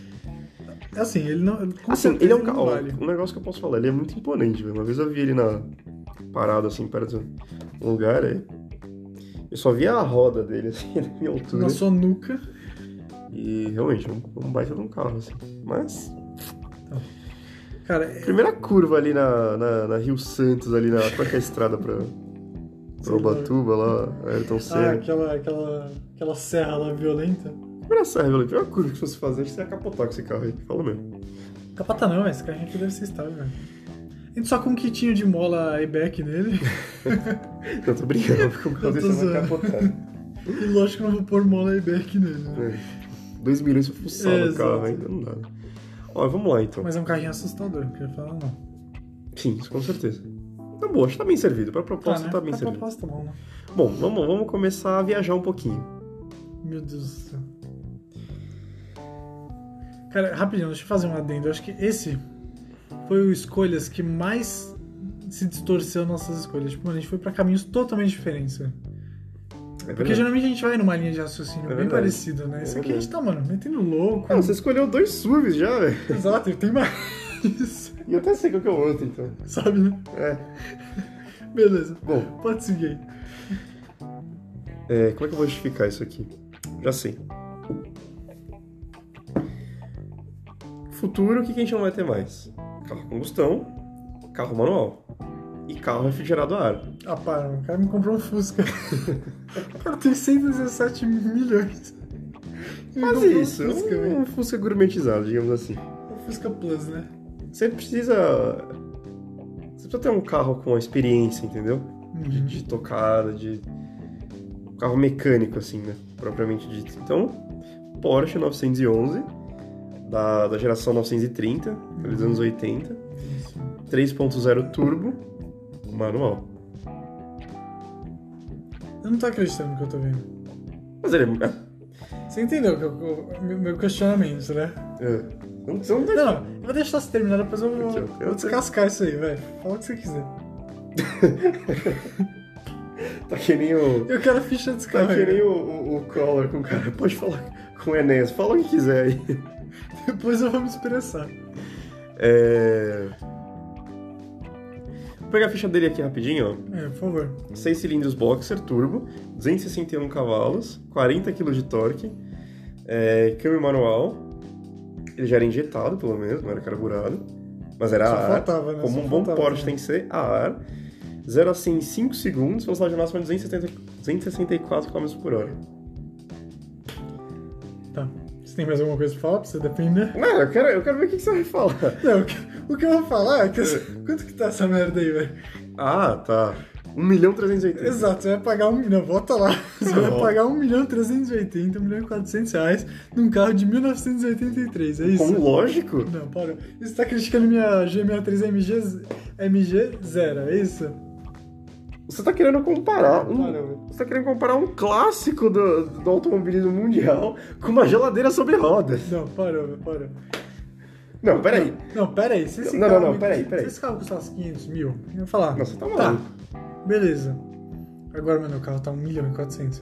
Assim, ele não. com Assim, certeza ele é um não carro. ó, vale. Um negócio que eu posso falar, ele é muito imponente, velho. Uma vez eu vi ele na parada, assim, perto de um lugar, aí. Eu só via a roda dele, assim, na minha altura. Na sua nuca. E realmente, é um, um baita de um carro, assim. Mas. Cara, é- Primeira curva ali na, na, na Rio Santos, ali na. Qual é que é a estrada pra. Sei pra lá. Ubatuba lá, Ayrton ah, Senna. aquela, aquela, aquela serra lá violenta. Primeira serra, velho. Primeira curva que você fazer, acho que você ia capotar com esse carro aí. Fala mesmo. Capata não, esse carrinho aqui deve ser estável, velho. A gente só com um quitinho de mola eBack nele. Não, tô brincando, porque o carro Eu tô desse você vai zoando. capotar. e lógico que eu não vou pôr mola eBack nele. né? 2 milhões pra fuçar É, no exato. carro, ainda não dá. Ó, vamos lá então. Mas é um carrinho assustador, não queria falar não. Sim, isso com certeza. Tá bom, acho que tá bem servido. Pra proposta tá, né? bem Tá servido. proposta, bom, né? Bom, vamos, vamos começar a viajar um pouquinho. Meu Deus do céu. Cara, rapidinho, deixa eu fazer um adendo. Eu acho que esse foi o escolhas que mais se distorceu nossas escolhas. Tipo, mano, a gente foi pra caminhos totalmente diferentes. velho. Porque É verdade. geralmente a gente vai numa linha de raciocínio É bem verdade. parecida, né? É Isso aqui a verdade. gente tá, mano, metendo louco. Ah, você escolheu dois subs já, velho. Exato, ele tem mais. E eu até sei qual que é o outro, então. Sabe, né? É. Beleza. Bom, Pode seguir aí. É, como é que eu vou justificar isso aqui? Já sei. Futuro, o que que a gente não vai ter mais? Carro a combustão, carro manual. e carro refrigerado a ar. Ah, para, o cara me comprou um Fusca. o cara tem 117 milhões. Ele Mas comprou um isso, Fusca, um, velho. um Fusca gourmetizado, digamos assim. Um Fusca Plus, né? Você precisa. Você precisa ter um carro com experiência, entendeu? De, de tocada, de. Um carro mecânico, assim, né? Propriamente dito. Então, Porsche 911, da, da geração 930, dos anos 80, 3.0 turbo, manual. Eu não tô acreditando no que eu tô vendo. Mas ele é. Você entendeu que eu- eu- meu- meu questionamento, né? é. Não, você não tem- Não, eu vou deixar você terminar, depois eu vou, Aqui, ó. eu vou descascar isso aí, velho. Fala o que você quiser. tá que nem o. Eu quero a ficha desse Tá cara. que nem o, o, o Collor com o cara. Pode falar com o Enéas, fala o que quiser aí. Depois eu vou me expressar. É... Vou pegar a ficha dele aqui rapidinho, É, por favor. ó. 6 cilindros boxer turbo, 261 cavalos, 40 kg de torque, é... câmbio manual. Ele já era injetado, pelo menos, não era carburado. Mas era Só a ar. faltava, né? Como Só um bom faltava Porsche também. tem que ser, a ar. 0 a 100 em 5 segundos, velocidade máxima é de 270 264 km por hora. Tá. Você tem mais alguma coisa pra falar pra você depender? Não, eu quero, eu quero ver o que que você vai falar. Não, o que, o que eu vou falar é que. Quanto que tá essa merda aí, velho? Ah, tá. 1 milhão 380. Exato, você vai pagar um milhão. Volta lá. Você vai Não. pagar 1 milhão 380, 1 milhão e 400 reais num carro de 1983, é isso? Como lógico? Não, para. Você tá criticando minha G63 MG, MG0, é isso? Você tá querendo comparar um, Para, velho. você tá querendo comparar um clássico do, do automobilismo mundial com uma geladeira sobre rodas. Não, parou, meu, parou. Não, peraí. Não, pera aí. Se esse Não, não, carro não, pera aí, pera aí. Se esse carro custasse 500 mil, eu ia falar. Não, você tá Tá, maluco. beleza. Agora, mano, o carro tá 1 milhão e 400.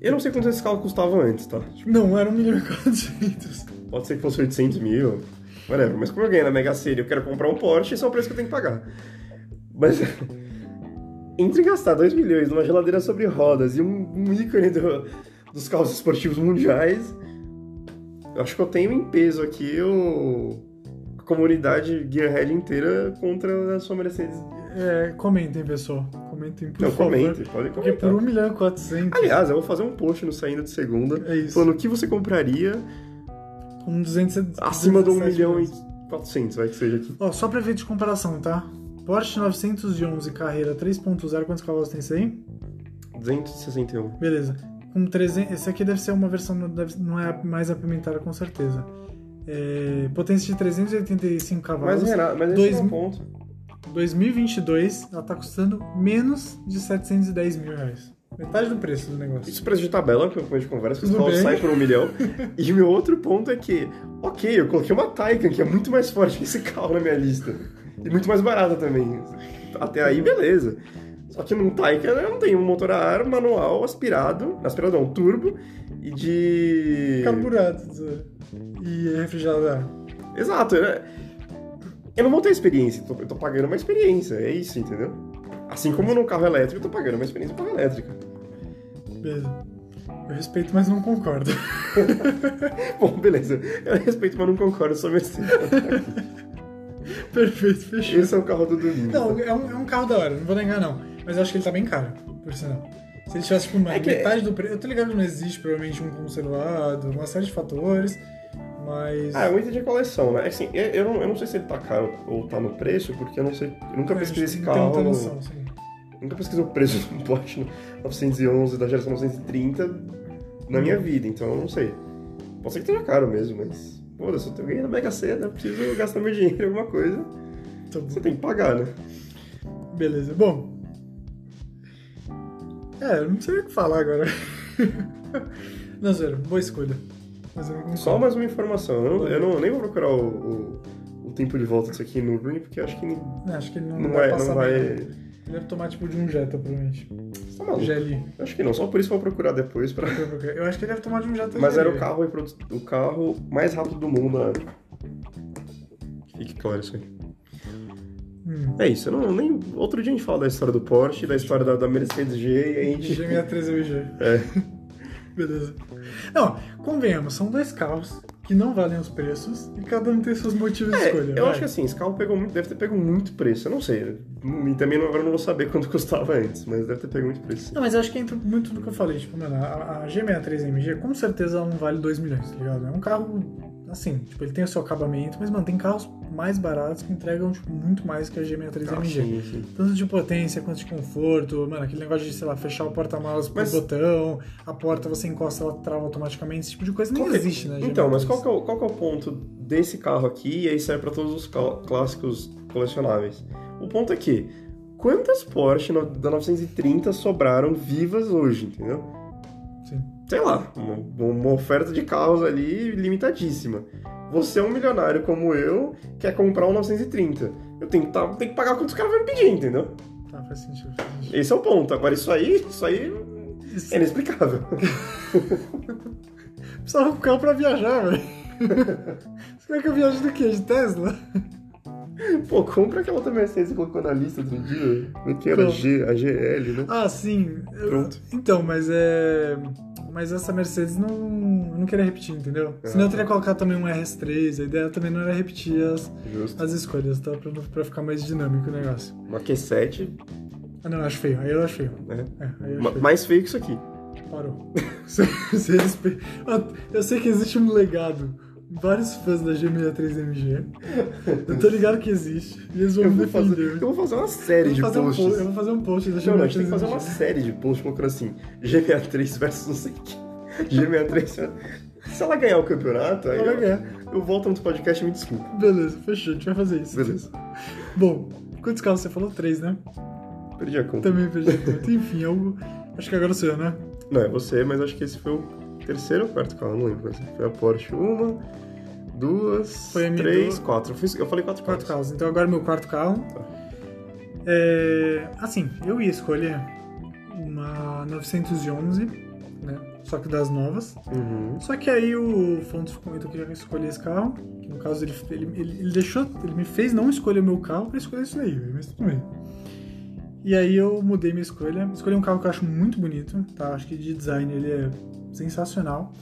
Eu não sei quanto esse carro custava antes, tá? Tipo, Não, era 1 milhão e 400. Pode ser que fosse 800 mil, whatever. Mas como eu ganhei na Mega Sena e eu quero comprar um Porsche, esse é o preço que eu tenho que pagar. Mas entre gastar 2 milhões numa geladeira sobre rodas e um, um ícone do- dos carros esportivos mundiais, eu acho que eu tenho em peso aqui o, a comunidade Gearhead inteira contra a sua Mercedes. É, comentem, pessoal. Comentem, por Não, favor. comente, pode Porque comentar. por 1 milhão e 400, Aliás, eu vou fazer um post no Saindo de Segunda é isso. falando o que você compraria Um 200, acima de 1 207 milhão e milhões. 400, vai que seja aqui. Ó, só pra ver de comparação, tá? Porsche 911 carreira 3.0, quantos cavalos tem isso aí? 261. Beleza. Com 300, esse aqui deve ser uma versão, não deve- não é mais apimentada com certeza. É, potência de 385 Mas, cavalos. Renato, mas dois esse é mil- um ponto. 2022, ela tá custando menos de 710 mil reais. Metade do preço do negócio. Isso é preço de tabela, que é o ponto de conversa, que os Tudo carros bem. saem por um milhão. E o meu outro ponto é que, ok, eu coloquei uma Taycan, que é muito mais forte que esse carro na minha lista. E muito mais barata também. Até aí, beleza. Só que num Taycan eu não tenho um motor a ar, manual, aspirado, aspirado não, turbo, e de... Carburado, tesoura. E é refrigerado. a ar. Exato, né? Eu não vou ter experiência, eu tô- eu tô pagando uma experiência, é isso, entendeu? Assim como num carro elétrico, eu tô pagando uma experiência para elétrica. Beleza. Eu respeito, mas não concordo. Bom, beleza. Eu assim. respeito, mas não concordo sobre esse. Perfeito, fechou. Esse é o carro do domingo. Não, é um, é um carro da hora, não vou negar não. Mas eu acho que ele tá bem caro, por sinal. Se ele tivesse, tipo, uma É que- metade do preço... Eu tô ligado que não existe, provavelmente, um conservado, uma série de fatores, mas... Ah, é um item de coleção, né? Assim, eu, eu não, eu não sei se ele tá caro ou tá no preço, porque eu não sei. Eu nunca a gente pesquisei esse não carro. Tem muita noção, assim. Nunca pesquisei o preço de um Porsche 911 da geração 930 na minha vida, então eu não sei. Pode ser que esteja caro mesmo, mas. Foda-se, eu ganhei na Mega Sena, eu preciso gastar meu dinheiro em alguma coisa. Tá bom. Você tem que pagar, né? Beleza, bom. É, eu não sei o que falar agora. não, zero, boa escolha. Mas eu não concordo. Só mais uma informação. Eu, não- eu não, nem vou procurar o, o- o tempo de volta disso aqui no Green, porque eu acho que não, Não, É, Acho que ele não, não vai vai. passar Não vai... bem, né? não. Ele deve tomar tipo de um Jetta, provavelmente. Você tá maluco? GLI. Acho que não, só por isso eu vou procurar depois. Pra... Eu acho que ele deve tomar de um Jetta Mas era GLI. o carro, reprodu- o carro mais rápido do mundo né? na época. Fique claro isso aí. Hum. É isso, eu não, nem... outro dia a gente fala da história do Porsche, da história da, da Mercedes G e a gente. G63 UG. É. Beleza. Não, convenhamos, são dois carros que não valem os preços e cada um tem seus motivos de É, escolha. eu vai. acho que assim, esse carro pegou muito, deve ter pego muito preço, eu não sei. E também não- agora eu não vou saber quanto custava antes, mas deve ter pego muito preço. sim. Não, mas eu acho que entra muito no que eu falei. Tipo, mano, a, a G63 MG, com certeza ela não vale 2 milhões, tá ligado? É um carro, assim, tipo, ele tem o seu acabamento, mas, mano, tem carros mais baratos que entregam, tipo, muito mais que a G63 Ah, MG. sim, sim. Tanto de potência quanto de conforto, mano, aquele negócio de, sei lá, fechar o porta-malas por Mas- botão, a porta você encosta, ela trava automaticamente, esse tipo de coisa nem Qual que- existe, né? Então, G63. mas qual que, é o, qual que é o ponto desse carro aqui? E aí serve pra todos os cal- clássicos colecionáveis. O ponto é que, quantas Porsche no- da 930 sobraram vivas hoje, entendeu? Sim. Sei lá, uma, uma oferta de carros ali limitadíssima. Você é um milionário como eu, quer comprar um 930. Eu tenho que, tá, tenho que pagar quanto os caras vão me pedir, entendeu? Tá, faz sentido, faz sentido. Esse é o ponto. Agora, isso aí, isso aí é inexplicável. Precisava com o carro pra viajar, velho. Você quer que eu viaje do quê? De Tesla? Pô, compra aquela outra Mercedes que colocou na lista outro dia. Como é que Qual? era? G, a GL, né? Ah, sim. Eu- Pronto. Então, mas é. Mas essa Mercedes não, eu não queria repetir, entendeu? Ah, Senão eu tá. teria colocado também um RS3, a ideia também não era repetir as, Justo. as escolhas, tá? Pra, não- pra ficar mais dinâmico o negócio. Uma Q7, Ah, não, eu acho feio. Aí eu acho feio. né? É, aí eu acho Ma- feio. mais feio que isso aqui. Parou. Se- se eles pe- Ah, Eu sei que existe um legado. Vários fãs da G63MG. Eu tô ligado que existe. E eles vão Eu me vou, fazer, defender. eu vou fazer uma série Eu de vou fazer um posts. post- eu vou fazer um post da Não, não, a gente tem G63MG. que fazer uma série de posts colocando assim, G63 versus não sei o que. G63. Se ela ganhar o campeonato, aí Ela vai eu, eu volto no podcast e me desculpa. é Beleza, fechou. A gente vai fazer isso. Beleza. Bom, quantos carros você falou? Três, né? Perdi a conta. Também perdi a conta. Enfim, eu... acho que agora sou eu, né? Não, é você, mas acho que esse foi o terceiro ou quarto carro, não lembro. mas Foi a Porsche uma, duas, Foi a minha três, do- quatro. Eu, fiz- eu falei quatro Quatro carros. carros. Então agora meu quarto carro. Tá. É... Assim, eu ia escolher uma 911, né? Só que das novas. Uhum. Só que aí o Fontes comentou que ia escolher esse carro. Que no caso ele, ele, ele- ele deixou. Ele me fez não escolher meu carro pra escolher isso daí, mas tudo bem. E aí eu mudei minha escolha. Escolhi um carro que eu acho muito bonito, tá? Acho que de design ele é sensacional.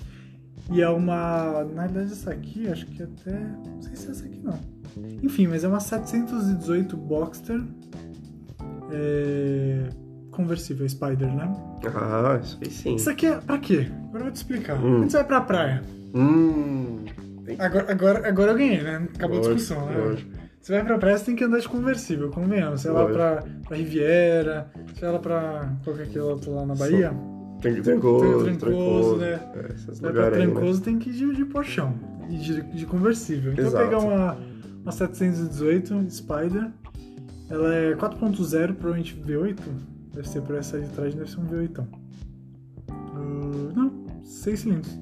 E é uma. Na realidade, essa aqui, acho que até. Não sei se é essa aqui não. Enfim, mas é uma 718 Boxster. É, conversível, Spider, né? Ah, isso aí sim. Isso aqui é pra quê? Agora eu vou te explicar. Hum. Quando você vai pra praia, Hum. Agora, agora, agora eu ganhei, né? Acabou a Lógico, discussão, né? lógico. Você vai pra praia, você tem que andar de conversível, convenhamos. Sei lá, Lógico. pra, pra Riviera, sei lá, pra... Qual que é aquele outro lá na Bahia? Tran- Trancoso, Tran- trancoso, trancoso, né? É, esses Você vai pra lugares aí, né? Trancoso, tem que ir de, de porchão e de, de conversível. Então Exato. pegar uma, uma 718 Spider, ela é 4.0, provavelmente V8. Deve ser por essa aí de trás, deve ser um V8. Ah, não, 6 cilindros.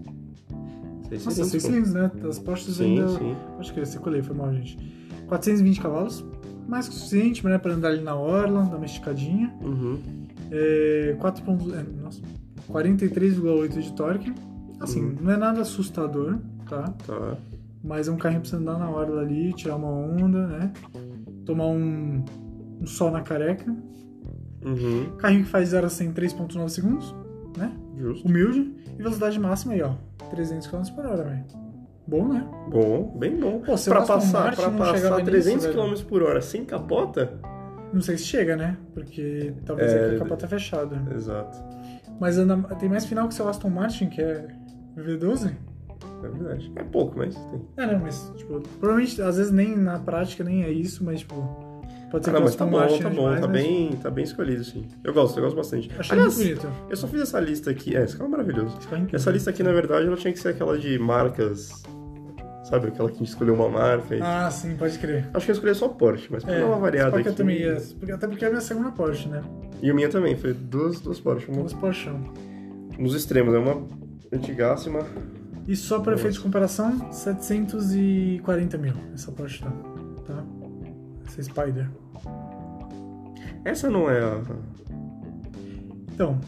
Seis Nossa, 6 cilindros, cilindros, né? As postas pô. ainda... Sim, sim. Acho que eu circulei, foi mal, gente. 420 cavalos, mais que o suficiente, né? Pra andar ali na orla, dar uma esticadinha. Uhum. É, 4 pontos- é, nossa, 43,8 de torque. Assim, Uhum. não é nada assustador, tá? Tá. Mas é um carrinho pra você andar na orla ali, tirar uma onda, né? Tomar um, um sol na careca. Uhum. Carrinho que faz 0 a 100 em 3,9 segundos, né? Justo. Humilde. E velocidade máxima aí, ó. 300 km por hora, velho. Bom, né? Bom, bem bom. Pô, se o pra Aston passar, Martin pra não passar chegava nisso, 300 velho. km por hora sem capota? Não sei se chega, né? Porque talvez É, aqui a capota é fechada. Exato. Mas anda- tem mais final que o seu Aston Martin, que é V12? É verdade. É pouco, mas tem. É, não, mas, tipo, provavelmente, às vezes nem na prática nem é isso, mas, tipo, pode ser Ah, que não, o mas tá Aston bom, Martin tá é bom. demais, tá, mas bem, tá bem escolhido, sim. Eu gosto, eu gosto bastante. Achei Aliás, muito bonito. eu só fiz essa lista aqui. É, esse carro é maravilhoso. Esse carro é incrível. Essa lista aqui, na verdade, ela tinha que ser aquela de marcas. Sabe, aquela que a gente escolheu uma marca. e- Ah, sim, pode crer. Acho que eu escolhi só Porsche, mas pra É, dar é uma variada só que aqui. eu também ia, porque- até porque é a minha segunda Porsche, né? E o minha também, foi duas, duas Porsche. Uma Duas Porschão. nos extremos, é uma antigaça e uma. E só para efeito de comparação, 740 mil essa Porsche tá, tá? Essa Spider. Essa não é a. Então,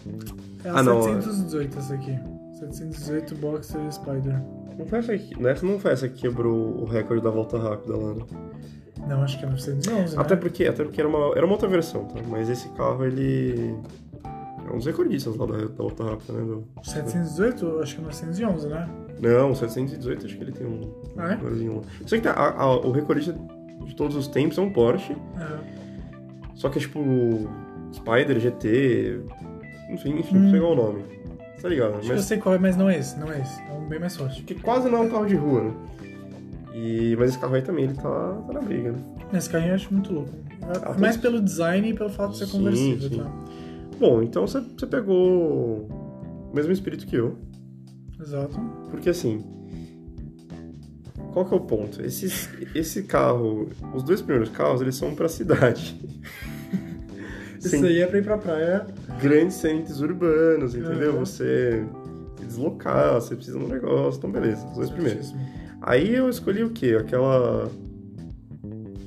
é a Ah, não, 718 essa aqui. 718 Boxer Spider. Não foi essa aqui. né? Essa não foi essa que quebrou o recorde da volta rápida lá, né? Não, acho que é 911, Até né? porque, até porque era, uma, era uma outra versão, tá? Mas esse carro, ele. É um dos recordistas lá da, da volta rápida, né? Do... 718, acho que é 911, né? Não, o 718 acho que ele tem um Ah, é? valorzinho lá. Só que tá, a- a- o recordista de todos os tempos é um Porsche, É. só que é tipo Spider, GT, enfim, enfim, Hum. não sei qual é o nome. Tá ligado? Acho que eu Mas sei qual é, mas não é esse, não é esse. É um bem mais forte. que quase não é um carro de rua, né? E, mas esse carro aí também, ele tá, tá na briga, né? Esse carrinho eu acho muito louco. É Ah, mais tá. pelo design e pelo fato de ser Sim, conversível, sim. tá? Bom, então você, você pegou o mesmo espírito que eu. Exato. Porque assim. Qual que é o ponto? Esses, esse carro, os dois primeiros carros, eles são pra cidade. Isso Sim. aí é pra ir pra praia. Grandes centros urbanos, entendeu? Uhum. Você se deslocar, você precisa de um negócio, então beleza, os dois primeiros. certíssimo. Aí eu escolhi o quê? Aquela.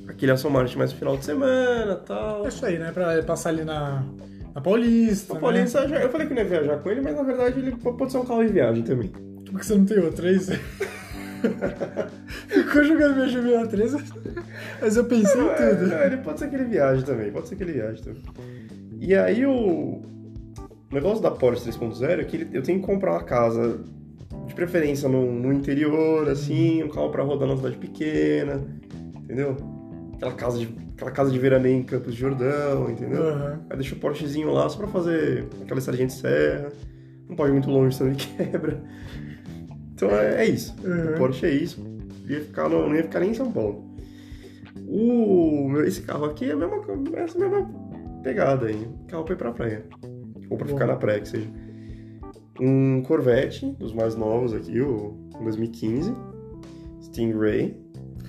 Aquele Aston Martin mais final de semana tal. É isso aí, né? Pra passar ali na, na Paulista. O né? Paulista, já- eu falei que eu não ia viajar com ele, mas na verdade ele pode ser um carro de viagem também. Porque você não tem outra, é isso? Ficou jogando minha Gemini 3, mas eu pensei em É, tudo. não, ele pode ser que ele viaje também, pode ser que ele viaje também. E aí o o negócio da Porsche 3.0 é que ele- eu tenho que comprar uma casa, de preferência no, no interior, assim, um carro pra rodar na cidade pequena, entendeu? Aquela casa de, aquela casa de veraneio em Campos de Jordão, entendeu? Aham. Aí deixa o Porschezinho lá só pra fazer aquela sargento serra. Não pode ir muito longe, senão ele quebra. Então é, é isso. Uhum. O Porsche é isso. Ia ficar no- não ia ficar nem em São Paulo. O, meu- esse carro aqui é a mesma, co- é essa mesma pegada aí. Carro pra ir pra praia. Ou pra Bom. ficar na praia, que seja. Um Corvette, dos mais novos aqui, o 2015. Stingray.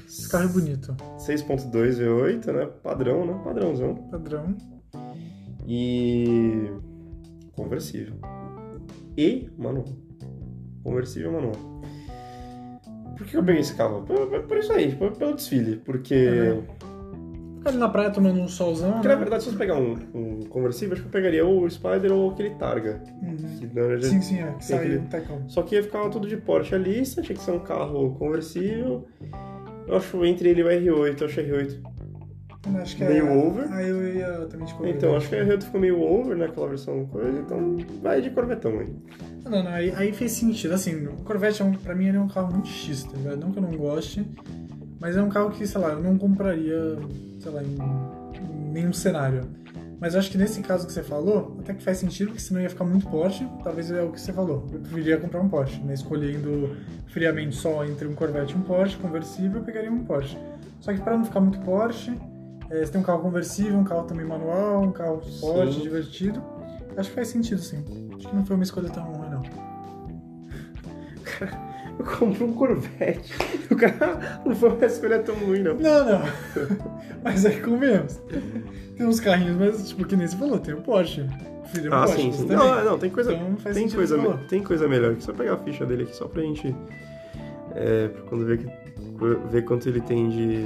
Esse carro é bonito. 6.2 V8, né? Padrão, né? Padrãozão. Padrão. E. Conversível. E manual. Conversível manual. Por que eu peguei esse carro? Por, por- por isso aí, por- pelo desfile. Porque. Ficar ali na praia tomando um solzão, Porque na né? verdade, se eu pegar um, um conversível, acho que eu pegaria ou o Spider ou aquele Targa. Uhum. Que, na verdade, Sim, sim, é. Que sai aquele- do tacão. Só que ia ficar tudo de Porsche ali, você achei que ser um carro conversível. Eu acho entre ele e o R8, eu acho é R8. Acho que é. Meio over. Aí eu ia também de Corvette. Então, acho que o R8 ficou meio over naquela versão coisa, então vai de Corvetão aí. Ah, Não, não, aí, aí fez sentido. Assim, o Corvette, é um, pra mim, ele é um carro muito X, tá ligado? Não que eu não goste, mas é um carro que, sei lá, eu não compraria, sei lá, em, em nenhum cenário. Mas eu acho que nesse caso que você falou, até que faz sentido, porque senão ia ficar muito Porsche. Talvez é o que você falou. Eu preferiria comprar um Porsche, né? Escolhendo friamente só entre um Corvette e um Porsche, conversível, eu pegaria um Porsche. Só que pra não ficar muito Porsche, eh, você tem um carro conversível, um carro também manual, um carro forte, Sim. divertido. Acho que faz sentido, sim. Acho que não foi uma escolha tão ruim, não. Eu compro um Corvette. O cara não foi uma escolha tão ruim, não. Não, não. mas é que convenhamos. Tem uns carrinhos, mas, tipo, que nem você falou, tem o Porsche. Filho, é um Ah, Porsche, sim, você sim. também. Não, não, tem coisa, Então faz tem, sentido coisa, que me- falou. tem coisa melhor. Deixa eu pegar a ficha dele aqui só pra gente. É, pra quando ver, que- ver quanto ele tem de.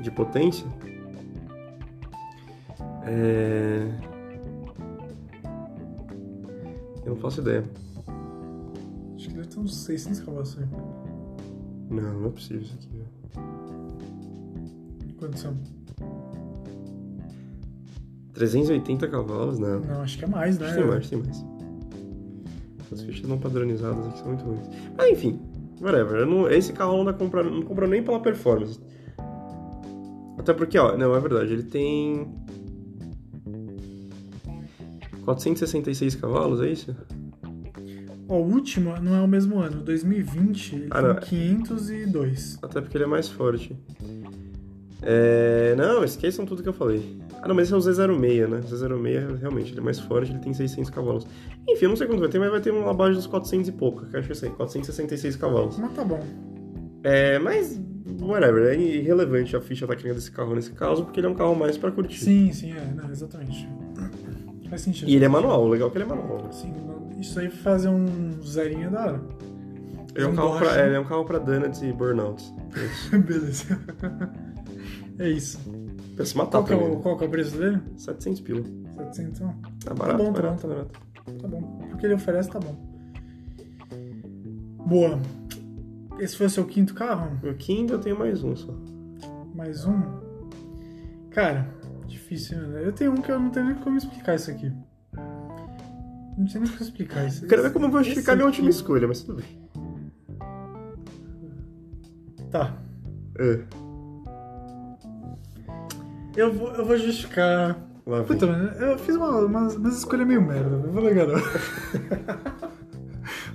de potência. É. Eu não faço ideia. Acho que deve ter uns 600 cavalos aí. Não, não é possível isso aqui. velho. Quantos são? 380 cavalos? Não. Não, acho que é mais, né? Acho que tem mais, acho que tem mais. As fichas não padronizadas aqui são muito ruins. Mas enfim, whatever. Eu não- esse carro não dá comprar, não comprou nem pela performance. Até porque, ó, não, é verdade, ele tem. 466 cavalos, é isso? Ó, o último não é o mesmo ano. 2020, ele Ah, tem não. 502. Até porque ele é mais forte. É. Não, esqueçam tudo que eu falei. Ah, não, mas esse é o Z06, né? O Z06 realmente, ele é mais forte, ele tem 600 cavalos. Enfim, eu não sei quanto vai ter, mas vai ter um abaixo dos 400 e pouco, que eu acho que é isso aí, 466 cavalos. Mas tá bom. É, mas, whatever, é irrelevante a ficha técnica desse carro nesse caso, porque ele é um carro mais pra curtir. Sim, sim, é. Não, exatamente. Faz sentido. E ele é manual, o legal é que ele é manual. Sim, isso aí fazer um zerinho é da hora. Ele é um Eu carro gosto. pra, ele é um carro pra donuts e burnouts. Isso. Beleza. É isso. Pra se matar Qual que, é também. o, né? qual que é o preço dele? 700 pila. 700, então. Tá barato, bom, tá barato, barato. Tá bom. Porque ele oferece, tá bom. Boa. Esse foi o seu quinto carro? Meu Kindle eu tenho mais um só. Mais um? Cara, difícil, né? Eu tenho um que eu não tenho nem como explicar isso aqui. Não sei nem como explicar isso. Eu quero ver como eu vou justificar minha última escolha, mas tudo bem. Tá. Ah, Eu vou, eu vou justificar. lá vem. Puta, mano, eu fiz uma, umas, umas escolhas meio merda, eu vou ligar não.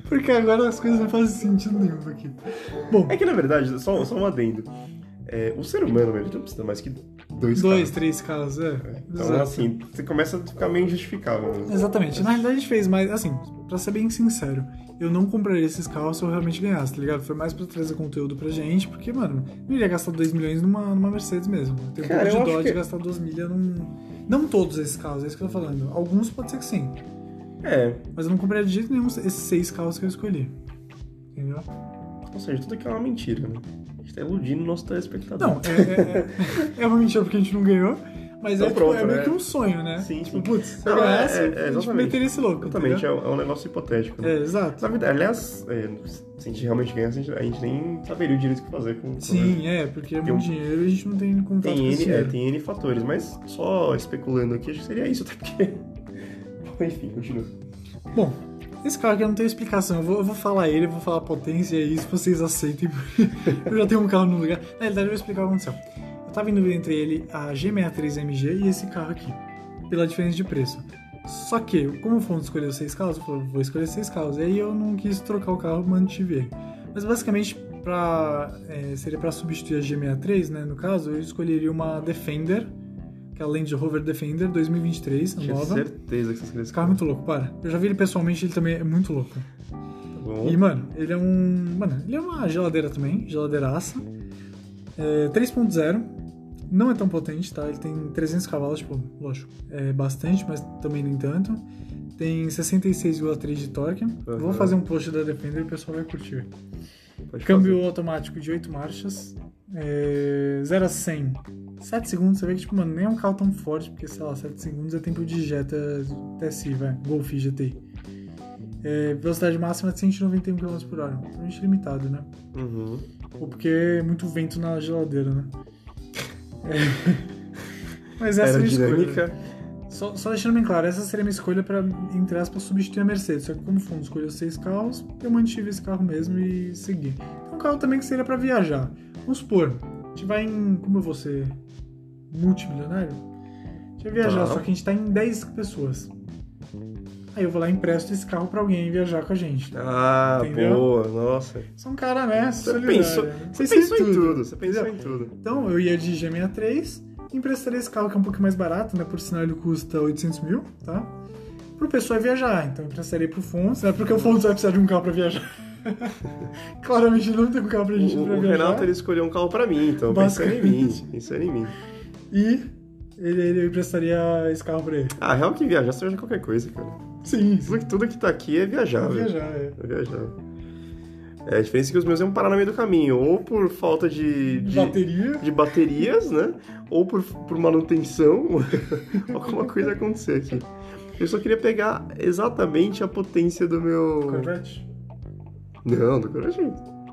Porque agora as coisas não fazem sentido nenhum aqui. Bom, É que na verdade, só, só um adendo. É, o ser humano, velho, não precisa mais que dois, dois caras. três casos, é. Então, Exato. assim, você começa a ficar meio injustificável. né? mesmo. Exatamente. Na realidade a gente fez mais, assim, pra ser bem sincero, eu não compraria esses carros se eu realmente ganhasse, tá ligado? Foi mais pra trazer conteúdo pra gente, porque, mano, eu iria gastar 2 milhões numa, numa Mercedes mesmo. Eu tenho um Cara, pouco eu de dó acho de que- gastar 2 milhas num. Não todos esses carros, é isso que eu tô falando. Alguns pode ser que sim. É, Mas eu não compraria de jeito nenhum esses seis carros que eu escolhi. Entendeu? ou seja, tudo aquilo é uma mentira, né? A gente tá iludindo o nosso telespectador. Não, é, é, é, é uma mentira porque a gente não ganhou, mas Então é, tipo, pronto, é meio né? que um sonho, né? Sim, tipo, sim. putz, se eu Não, é- ganhasse, é- é, a gente exatamente. meteria esse louco. Exatamente, é, entendeu? um é um negócio hipotético. né? É, exato. Na verdade, aliás, é, se a gente realmente ganhasse, a gente, a gente nem saberia o direito o que fazer com com- Sim, é, porque é Tem muito um- dinheiro e a gente não tem contato Tem com esse N, é, dinheiro. tem N fatores, mas só especulando aqui, acho que seria isso, até porque. Bom, Enfim, continua. Tá Bom, esse carro aqui eu não tenho explicação. Eu vou, eu vou falar ele, eu vou falar a potência e aí se vocês aceitem, porque eu já tenho um carro no lugar. Na realidade, eu vou explicar o que aconteceu. Eu tava em dúvida entre ele, a G63MG e esse carro aqui, pela diferença de preço. Só que, como o fundo escolheu seis carros, eu falei, vou escolher seis carros. E aí eu não quis trocar o carro, mantive ele. Mas basicamente, pra, é, seria para substituir a G63, né? No caso, eu escolheria uma Defender, que é a Land Rover Defender 2023, a Tinha nova. certeza que vocês queriam Esse carro é muito louco, para. Eu já vi ele pessoalmente, ele também é muito louco. Tá bom. E, mano, ele é um. Mano, ele é uma geladeira também, geladeiraça. É 3.0. Não é tão potente, tá? Ele tem 300 cavalos, tipo, lógico, é bastante, mas também nem tanto. Tem 66,3 de torque. Aham. Vou fazer um post da Defender e o pessoal vai curtir. Pode Câmbio automático de 8 marchas. É, 0 a 100. 7 segundos, você vê que, tipo, mano, nem é um carro tão forte, porque, sei lá, 7 segundos é tempo de Jetta TSI, vai, Golf GTI. É, velocidade máxima de 191 km um por hora. Totalmente limitado, né? fazer. Uhum. Ou porque é muito vento na geladeira, né? É. Mas essa é a minha escolha. Aerodinâmica. Só, só deixando bem claro, essa seria a minha escolha para entre aspas, substituir a Mercedes. Só que como o fundo escolheu seis carros, eu mantive esse carro mesmo e segui. É um carro também que seria para viajar. Vamos supor, a gente vai em... Como eu vou ser multimilionário? A gente vai viajar, Tá. só que a gente tá em 10 pessoas. Aí eu vou lá e empresto esse carro para alguém viajar com a gente. Ah, Entendeu? boa, nossa. Sou um cara, né? Você solidário. pensou, você Pensei pensou em tudo. você pensou entendeu? em tudo. Então, eu ia de G63, emprestaria esse carro que é um pouco mais barato, né? Por sinal, ele custa 800 mil, tá? Pro pessoal viajar. Então, eu emprestaria pro Fontes, né? Porque o Fontes vai precisar de um carro pra viajar. Claramente, ele não tem um carro pra gente O, pra o viajar. Renato ele escolheu um carro pra mim, então pensando em mim. Basicamente. Pensando em mim. E ele, ele eu emprestaria esse carro pra ele. Ah, real que viajar, você viaja qualquer coisa, cara. Sim, sim. Tudo que, tudo que tá aqui é viajar, pra velho. viajar, é. É viajar. É, a diferença é que os meus iam parar no meio do caminho, ou por falta de, de, Bateria. de baterias, né? Ou por, por manutenção, alguma coisa acontecer aqui. Eu só queria pegar exatamente a potência do meu. Corvette. Não, do Corvette.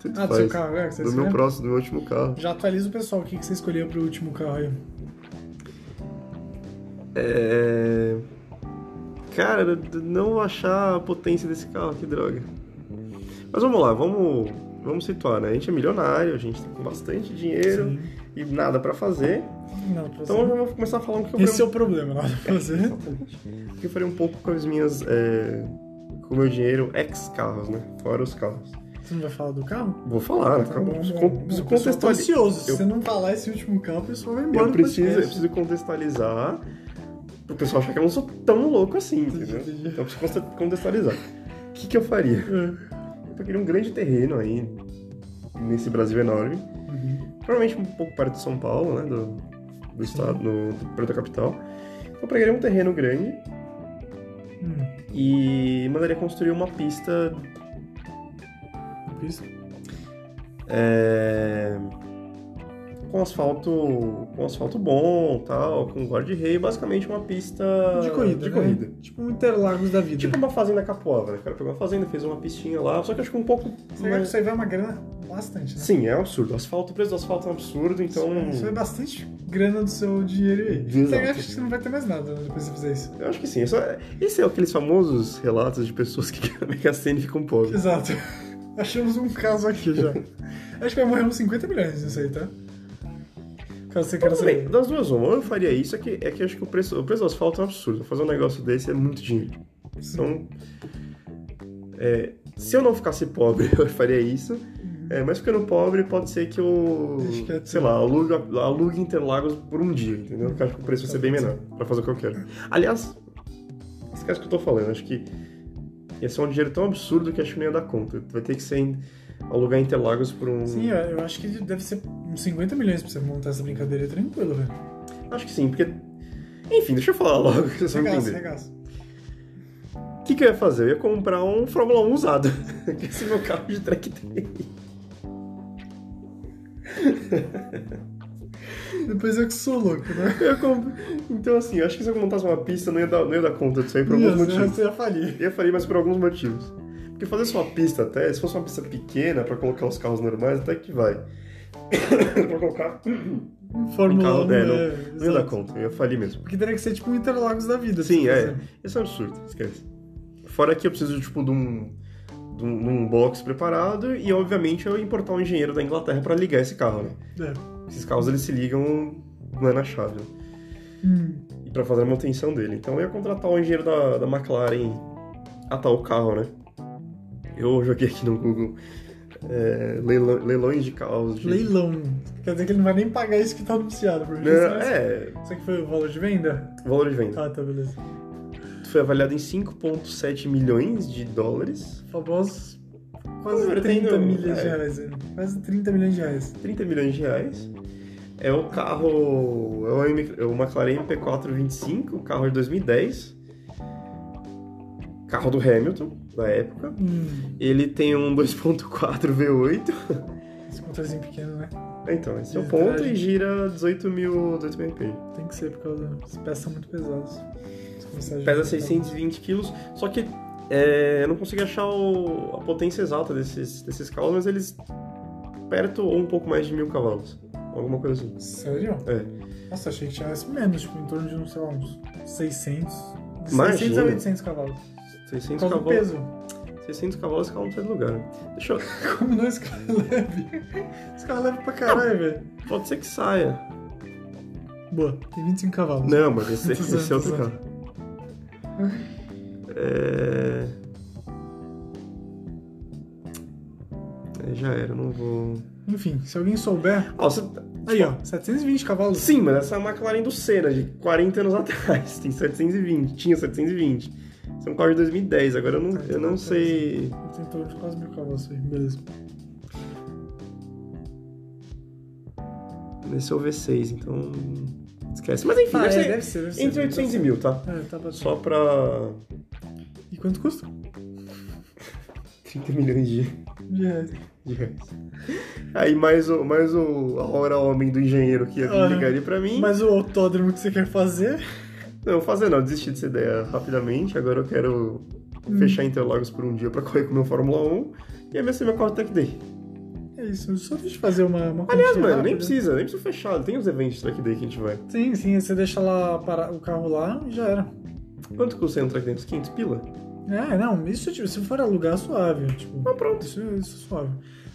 tanto Ah, do faz. seu carro, é? Que você Do meu escolheu? próximo, do meu último carro. Já atualiza o pessoal o que que você escolheu pro último carro aí. É. Cara, eu não achar a potência desse carro, que droga. Mas vamos lá, vamos, vamos situar, né? A gente é milionário, a gente tá com bastante dinheiro Sim. e nada pra fazer. Não, pra Então eu vou começar falando que eu um Esse é o problema, nada pra fazer. Exatamente. Porque eu falei um pouco com as minhas. é, com o meu dinheiro ex-carros, né? Fora os carros. Você não vai falar do carro? Vou falar, né? Tá Calma, bom, preciso bom. con- O preciso pessoal tá contextualizar. ansioso. Se Eu- você não falar esse último carro, o pessoal vai embora Eu do preciso, eu podcast. preciso contextualizar pro pessoal achar que eu não sou tão louco assim, entendeu? Entendi. Então eu preciso conte- contextualizar. O que, que eu faria? É. Eu queria um grande terreno aí, nesse Brasil enorme. Provavelmente um pouco perto de São Paulo, né? Do, do estado, no, do, perto da capital. Eu pegaria um terreno grande, Hum. e mandaria construir uma pista Isso. é, com asfalto, com asfalto bom, tal, com guarda-rei, basicamente uma pista De corrida, Ah, de né? corrida. Tipo um Interlagos da vida. Tipo uma fazenda capoava, né? O cara pegou uma fazenda, fez uma pistinha lá, só que acho que um pouco. você vai você vê uma grana bastante, né? Sim, é um absurdo. Asfalto, o preço do asfalto é um absurdo, então. Isso é bastante grana do seu dinheiro aí. Exato. Você acha que você não vai ter mais nada né, depois que você fizer isso. Eu acho que sim. é só- Esse é aqueles famosos relatos de pessoas que ganham na Mega Sena e ficam pobres. Exato. Achamos um caso aqui já. Acho que vai morrer uns 50 milhões nisso aí, tá? Caso você queira Tudo bem, saber. das duas, uma, ou eu faria isso, é que, é que eu acho que o preço, o preço do asfalto é um absurdo. Fazer um negócio desse é muito dinheiro. Então. é, se eu não ficasse pobre, eu faria isso. É, mas ficando pobre, pode ser que eu. Deixa quieto. Sei lá, alugue, alugue Interlagos por um dia, entendeu? Porque eu acho que o preço vai ser bem menor pra fazer o que eu quero. Aliás, esquece o que eu tô falando. Acho que ia ser um dinheiro tão absurdo que acho que não ia dar conta. Vai ter que ser em- alugar Interlagos por um. Sim, eu, eu acho que deve ser uns 50 milhões pra você montar essa brincadeira é tranquilo, velho. Acho que sim, porque. Enfim, deixa eu falar logo que vocês vão Regaço, entender. regaço. O que, que eu ia fazer? Eu ia comprar um Fórmula 1 usado. que esse meu carro de track tem. Depois eu que sou louco, né? Eu ia comp- Então, assim, eu acho que se eu montasse uma pista, não ia dar, não ia dar conta disso aí por alguns Ia, motivos. Você ia falir. Eu falei, mas por alguns motivos. Porque fazer só uma pista até, se fosse uma pista pequena pra colocar os carros normais, até que vai. pra colocar. Um Fórmula carro 1, dela. é, Não ia dar exato. conta, eu ia falir mesmo. Porque teria que ser tipo um Interlagos da vida. Sim, se é. quiser. Isso é um absurdo, esquece. Fora que eu preciso, tipo, de um. De um, de um box preparado e, obviamente, eu importar um engenheiro da Inglaterra pra ligar esse carro, né? É. Esses carros eles se ligam não é na chave. né? Hum, E pra fazer a manutenção dele. Então eu ia contratar o engenheiro da, da McLaren a tal carro, né? Eu joguei aqui no Google é, leilão- leilões de carros de. leilão. Quer dizer que ele não vai nem pagar isso que tá anunciado, por Não, é, Isso aqui foi o valor de venda? valor de venda. Ah, tá, beleza. Foi avaliado em 5,7 milhões de dólares. Famosos quase Convertendo, 30 milhões é. de reais. né? Quase 30 milhões de reais. 30 milhões de reais. É o carro. É o, M- é o McLaren MP425, carro de 2010. Carro do Hamilton, da época. Hum, Ele tem um 2.4 V8. esse motorzinho pequeno, né? Então, esse é o Ele ponto traz- e gira 18 mil, 18 mil RPM. Tem que ser por causa das peças são muito pesadas. Se começar a Pesa jogar- 620 quilos, só que é, eu não consegui achar o- a potência exata desses, desses carros, mas eles perto ou um pouco mais de mil cavalos. Alguma coisa assim. Sério? É. Nossa, achei que tinha menos, tipo, em torno de, uns, sei lá, uns 600. De Imagina. 600 a 800 cavalos. 600 Por causa do cavalos. peso. 600 cavalos, esse carro não sai do lugar. né? Deixa eu... Como não, esse cara é leve. Esse cara é leve pra caralho, velho. Pode ser que saia. Boa, tem 25 cavalos. Não, mas esse, esse é outro Exato. carro. É... é, Já era, não vou. Enfim, se alguém souber. Ah, você... Aí, ó, 720 cavalos. Sim, mas essa é a McLaren do Senna, de 40 anos atrás. Tem 720, tinha 720. Isso é um carro de 2010, agora eu não, eu não sei. Tem em torno de quase mil cavalos aí, beleza. Esse é o V6, então. Esquece. Mas enfim, Ah, é, deve ser ser, deve entre 800 e 1000, tá? É, tá batendo. Só pra. E quanto custa? 30 milhões de, De reais. de reais. Aí mais, o, mais o, a hora homem do engenheiro que ia Ah. ligar ali pra mim. Mas o autódromo que você quer fazer, Não, fazer não, desisti dessa ideia rapidamente. Agora eu quero fechar Interlagos por um dia pra correr com meu Fórmula 1 e aí vai ser meu Car Tech Day. é isso. Só deixa eu fazer uma, uma Aliás, continha mano, rápida. nem precisa, nem precisa fechar. Tem os eventos track day que a gente vai. Sim, sim, você deixa lá para o carro lá e já era. Quanto custa um track day? Uns 500 pila? É, não, isso tipo, se for alugar, suave. Tipo, Então pronto. isso, isso é suave.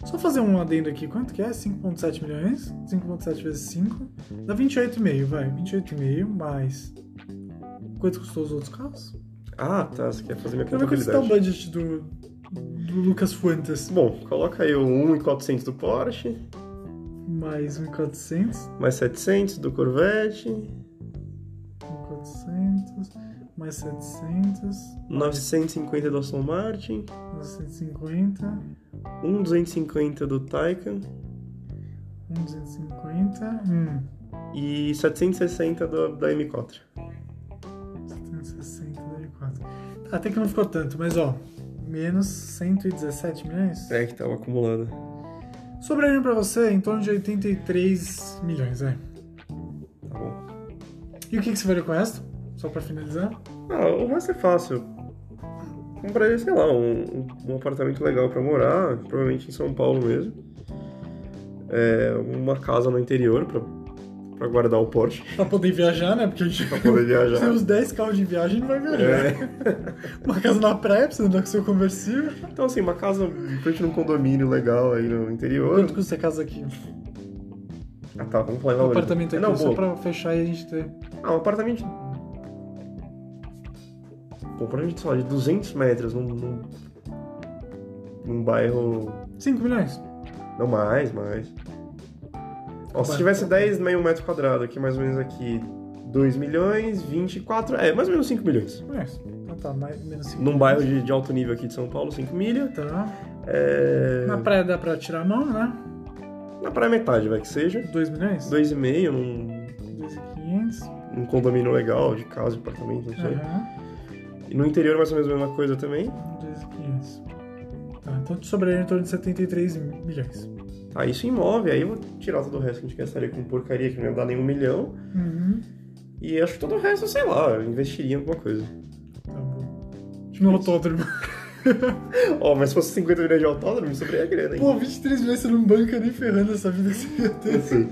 Só fazer um adendo aqui, quanto que é? 5.7 milhões? 5.7 vezes 5. Dá 28,5, vai. 28,5 mais. Quanto custou os outros carros? Ah, tá. Você quer fazer minha Quero ver quanto está o budget contabilidade. do, do Lucas Fuentes. Bom, coloca aí o 1,400 do Porsche, Mais 1.400. mais 700 do Corvette, 1.400. Mais 700. 950 do Aston Martin, Mais 150. 1,250 do Taycan 1.250. Hum. e 760 do, da M4. 760 daí 4. Tá, Até que não ficou tanto, mas ó. Menos 117 milhões? É, que tava acumulando. Sobrariam pra você em torno de 83 milhões, vai. Tá bom. E o que, que você faria com o resto? Só pra finalizar. Ah, o resto é fácil. Compraria, sei lá, um, um apartamento legal pra morar, provavelmente em São Paulo mesmo. É, uma casa no interior pra, pra guardar o Porsche, Pra poder viajar, né? Porque a gente pra poder tem viajar. uns 10 carros de viagem não vai viajar. É. Uma casa na praia, pra você andar com seu conversível. Então, assim, uma casa em frente num condomínio legal aí no interior. Quanto custa a casa aqui? Ah, tá, vamos falar em O valores. apartamento é aqui, Não, só boa. pra fechar e a gente ter. Ah, um apartamento. Pô, um apartamento, sei lá, de 200 metros num, num, num bairro. 5 milhões? Não, mais, mais. Ó, se Quanto? tivesse 10 meio metro quadrado aqui, mais ou menos aqui, 2 milhões, 24. É, mais ou menos 5 milhões. Milhões. Então tá, mais, menos 5 Num bairro de, de alto nível aqui de São Paulo, 5 milha. Tá. É. Na praia dá pra tirar a mão, né? Na praia metade, vai que seja. 2 milhões? 2,5 num, 2,500. num condomínio legal, de casa, de apartamento, não sei. Aham. E no interior, mais ou menos a mesma coisa também. 2,500. Tá, então te sobraria em torno de 73 milhões. Tá, isso em imóvel, aí eu vou tirar todo o resto que a gente gastaria com porcaria, que não ia dar nenhum milhão. Uhum. E acho que todo o resto, sei lá, eu investiria em alguma coisa. Tá bom. Tipo No autódromo. Ó, mas se fosse 50 milhões de autódromo, sobraria grana, hein? Pô, 23 milhões você não banca nem ferrando essa vida que você ia ter. Eu sei.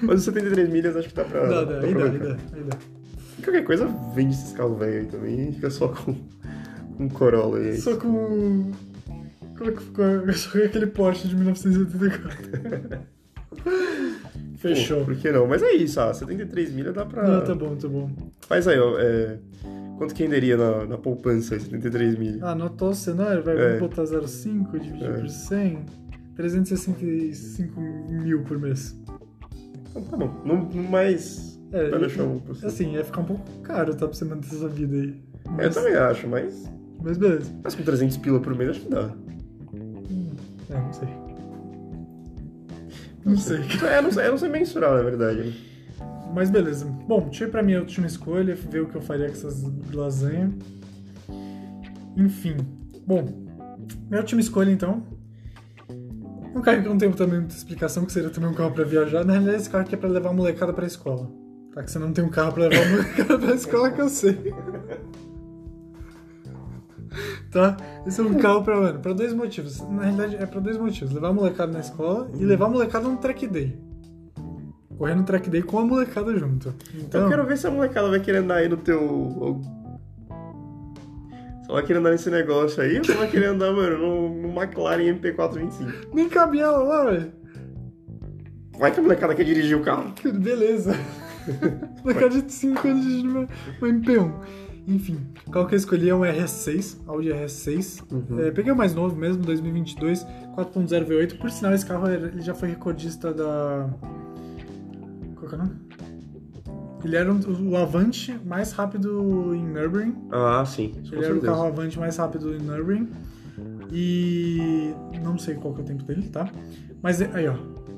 Mas os 73 milhas acho que tá pra. Dá, tá dá, pra aí dá, aí bancar. dá, aí dá. E Qualquer coisa, vende esses carros velhos aí também e fica só com um Corolla aí. Só com. Como é que ficou? Só com aquele Porsche de 1984. Pô, Fechou. por que não? Mas é isso, ah, 73 milhas dá pra. Não, tá bom, tá bom. Faz aí, ó. é, Quanto que renderia na, na poupança aí, 73 milhas? Ah, anotou o cenário? Vai É. vamos botar 0,5 dividir É. por 100. 365 mil por mês. Então tá bom. No, no mais. É, Vai e- deixar um pro Assim, ia ficar um pouco caro, tá? Pra você manter essa vida aí. Eu Mas, É, também acho, mas. mas beleza. Mas com 300 pila por mês acho que dá. É, não sei. Não sei. É, eu não sei, eu não sei mensurar, na verdade. né? Mas beleza. Bom, tive pra minha última escolha, ver o que eu faria com essas lasanhas. Enfim. Bom, minha última escolha então. Um carro que eu não tenho também muita explicação, que seria também um carro pra viajar. Na realidade, esse carro aqui é pra levar a molecada pra escola. Tá? Que você não tem um carro pra levar a molecada pra escola, que eu sei. Tá? Esse é um carro pra, mano, pra dois motivos. Na realidade, é pra dois motivos. Levar a molecada na escola e levar a molecada num track day. Correndo um track day com a molecada junto. Então, Eu quero ver se a molecada vai querer andar aí no teu. Só vai querer andar nesse negócio aí ou vai querer andar, mano, no, no McLaren MP425? nem cabia ela lá, velho. Vai que a molecada quer dirigir o carro. Que Beleza. Molecada de 5 anos de uma, uma MP1. Enfim, o carro que eu escolhi é um RS6, Audi RS6. É, peguei o mais novo mesmo, 2022, 4.0 V8. Por sinal, esse carro era- ele já foi recordista da. Qual que é o nome? Ele era um- o Avante mais rápido em Nürburgring. Ah, sim. isso com Ele era o certeza. carro avante mais rápido em Nürburgring. E não sei qual que é o tempo dele, tá? Mas é- aí, ó.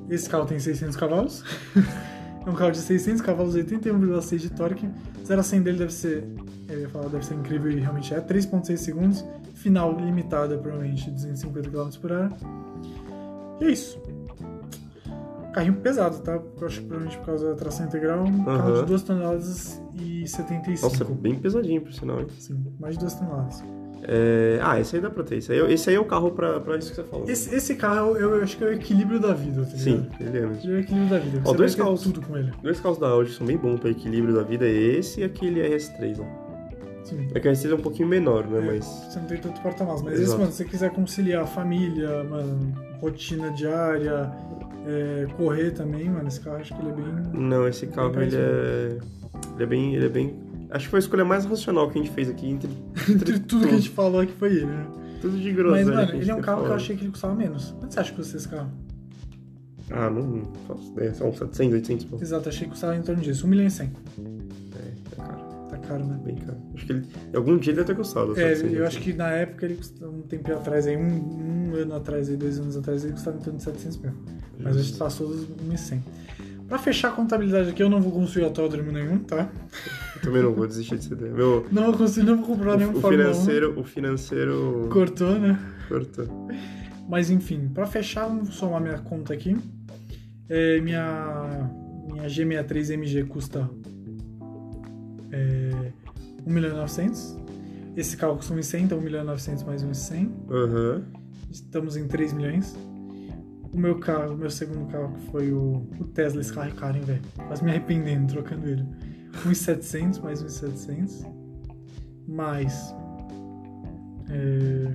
Esse carro tem 600 cavalos. é um carro de 600 cavalos, 81,6 de torque. 0 a 100 dele deve ser, eu ia falar, deve ser incrível e realmente é 3,6 segundos. Final limitado é provavelmente 250 km por hora. E é isso. Carrinho pesado, tá? Eu acho que provavelmente por causa da tração integral. Um carro Aham. de 2 toneladas e 75. Nossa, bem pesadinho, por sinal, hein? Sim, mais de 2 toneladas. É, Ah, esse aí dá pra ter. Esse aí, é- esse aí é o carro pra, pra isso que você falou. Esse, esse carro eu, eu acho que é o equilíbrio da vida, tá Sim, ligado? ele é mesmo. Ele é o equilíbrio da vida. Ó, Você dois vai ter carros. tudo com ele. Dois carros da Audi são bem bons pra equilíbrio da vida, é esse e aquele RS3, lá. Sim. né? É que o RS3 é um pouquinho menor, né, É. mas... Você não tem tanto porta-malas. Mas Exato. isso, mano, se você quiser conciliar a família, mano, rotina diária, é, correr também, mano, esse carro eu acho que ele é bem. Não, esse carro Bem ele é. Ele é bem. Ele é bem. Acho que foi a escolha mais racional que a gente fez aqui entre Entre tudo que a gente falou aqui foi ele, né? tudo de groselha. Mas, que mano, a gente ele é um tem carro que eu falado. achei que ele custava menos. Quanto você acha que custa esse carro? Ah, não. não faço ideia. São 700, 800 pô. Exato, achei que custava em torno disso. 1 milhão e 100. É, é caro. Tá caro, né? Bem caro. Acho que ele. Algum dia ele deve ter custado. É, 700, eu acho que na época ele custava um tempinho atrás, aí, um, um ano atrás, aí, dois anos atrás, ele custava em torno de 700 mil. Mas a gente passou dos 1.100. Pra fechar a contabilidade aqui, eu não vou construir autódromo nenhum, tá? Eu também não vou desistir dessa ideia. Meu. Não um vou construir, não vou comprar nenhum O, o Fórmula financeiro. O financeiro. 1. Cortou, né? Cortou. Mas enfim, para fechar, vamos somar minha conta aqui. É, minha, minha G63 MG custa é, 1.900. Esse carro custa 1.100, então 1.900 mais 1.100. Aham. Estamos em 3 milhões. O meu carro, o meu segundo carro, que foi o, o Tesla, esse carro é caro, hein, velho? Quase me arrependendo trocando ele. 1.700 mais 1.700. Mais. É...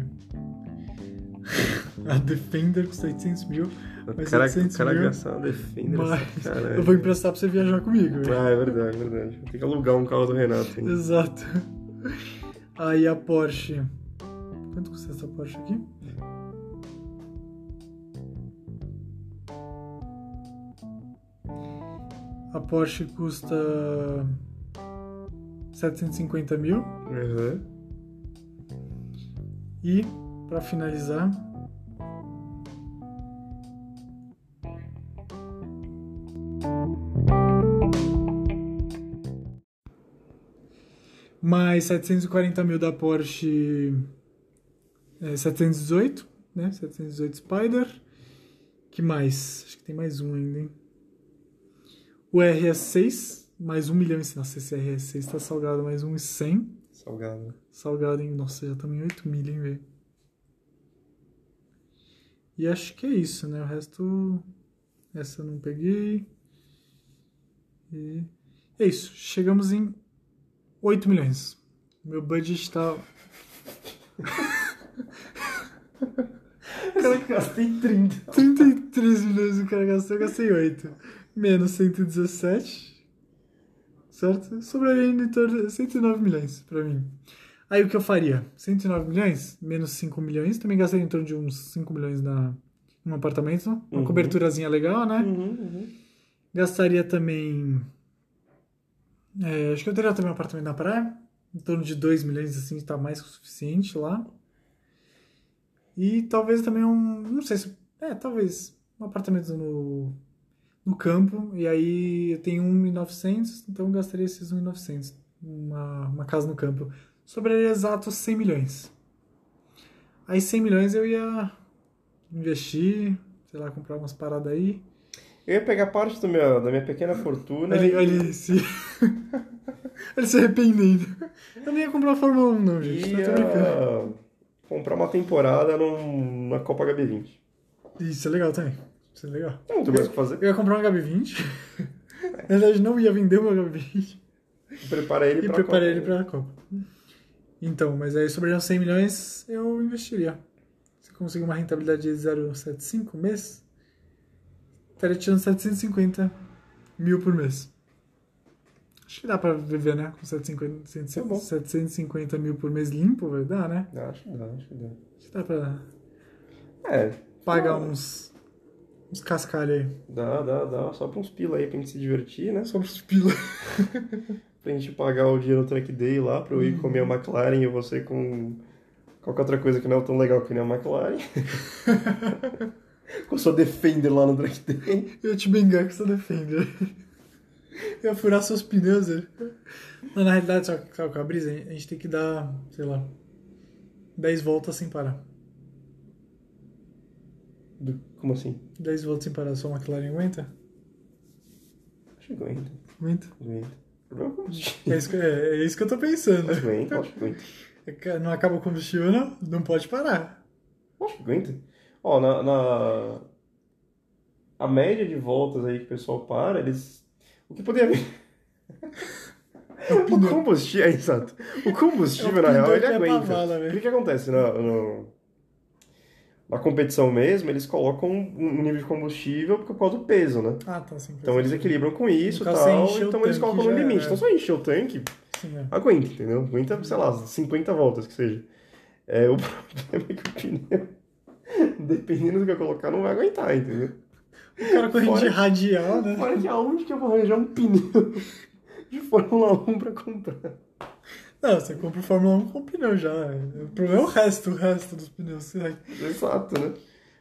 A Defender custa 800 mil. O Mas cara, 800 o cara mil. gastar uma Defender. Mas Caralho. eu vou emprestar pra você viajar comigo. velho. é. Ah, é verdade, é verdade. Tem que alugar um carro do Renato. hein? Exato. Aí a Porsche. Quanto custa essa Porsche aqui? A Porsche custa 750 mil. Aham. E, pra finalizar. Mais 740 mil da Porsche é, 718, né? 718 Spider. Que mais? Acho que tem mais um ainda, hein? O RS6, mais 1 milhão e... Nossa, esse RS6 tá salgado, mais 1 e 100. Salgado. Salgado, hein? Nossa, já estamos em 8 milha, hein, velho? E acho que é isso, né? O resto. Essa eu não peguei. E. É isso. Chegamos em 8 milhões. Meu budget tá. Cara, gastei 30. 33 milhões o cara gastou, eu gastei 8. Menos 117. Certo? Sobraria ainda em torno de 109 milhões pra mim. Aí o que eu faria? 109 milhões, menos 5 milhões. Também gastei em torno de uns 5 milhões na, num apartamento. Uma Uhum. coberturazinha legal, né? Uhum, uhum. Gastaria também. é, acho que eu teria também um apartamento na praia. Em torno de 2 milhões, assim, tá mais que o suficiente lá. E talvez também um. Não sei se. É, talvez. Um apartamento no. No campo. E aí eu tenho 1.900, então eu gastaria esses 1.900. Uma, uma casa no campo. Sobraria exatos 100 milhões. Aí 100 milhões eu ia. Investir, sei lá, comprar umas paradas aí. Eu ia pegar parte do meu, da minha pequena fortuna. Olha, e- olha ele se. ele se arrependendo. Eu nem ia comprar a Fórmula 1, não, gente. e Não tô brincando. ah, comprar uma temporada num, na Copa HB20. Isso é legal também. Isso é legal. Não tem muito mais o que fazer. Eu ia comprar um HB20. Na verdade, não ia vender o meu HB20. Prepara ele E pra preparar Copa. ele pra Copa. Então, mas aí sobre os 100 milhões, eu investiria. Se conseguir uma rentabilidade de 0,75 mês, estaria tirando 750 mil por mês. Acho que dá pra viver, né? Com 750, Tá bom. 750 mil por mês limpo, vai dar, né? Acho que dá, acho que dá. Acho que dá pra É. pagar dá, uns, uns cascalhos aí. Dá, dá, dá. Só pra uns pila aí pra gente se divertir, né? Só pros pila. Pra gente pagar o dia no track day lá, pra eu Uhum. ir comer a McLaren e você com qualquer outra coisa que não é tão legal que nem a McLaren. com a sua Defender lá no track day. Eu ia te bengar que você defende. Eu ia furar seus pneus. né? Mas na realidade, só que com a brisa, a gente tem que dar, sei lá, 10 voltas sem parar. Do- Como assim? 10 voltas sem parar, só uma McLaren aguenta? Acho que aguenta. Aguenta. Aguenta. O problema é o combustível. É isso que, é- é isso que eu tô pensando. Aguenta, acho que aguenta. É que Não acaba o combustível, não? Não pode parar. Acho que aguenta. Ó, na, na- A média de voltas aí que o pessoal para, eles. O que poderia. o combustível. É, exato. O combustível, É o na real, pneu ele que é pra aguenta. vala, né? Porque o que acontece? Na, no- na competição mesmo, eles colocam um nível de combustível por causa do peso, né? Ah, tá, sim. Então eles equilibram com isso e No caso, você tal, encheu o então tanque, eles colocam no já é. limite. era. Então só encher o tanque, Sim, é. aguenta, entendeu? Aguenta, sei lá, 50 voltas que seja. É, o problema é que o pneu, dependendo do que eu colocar, não vai aguentar, entendeu? O cara correndo de Fora- radial, né? Fora que aonde que eu vou arranjar um pneu de Fórmula 1 pra comprar? Não, você compra o Fórmula 1 com pneu já. O problema é o resto, o resto dos pneus. sei lá. Exato, né?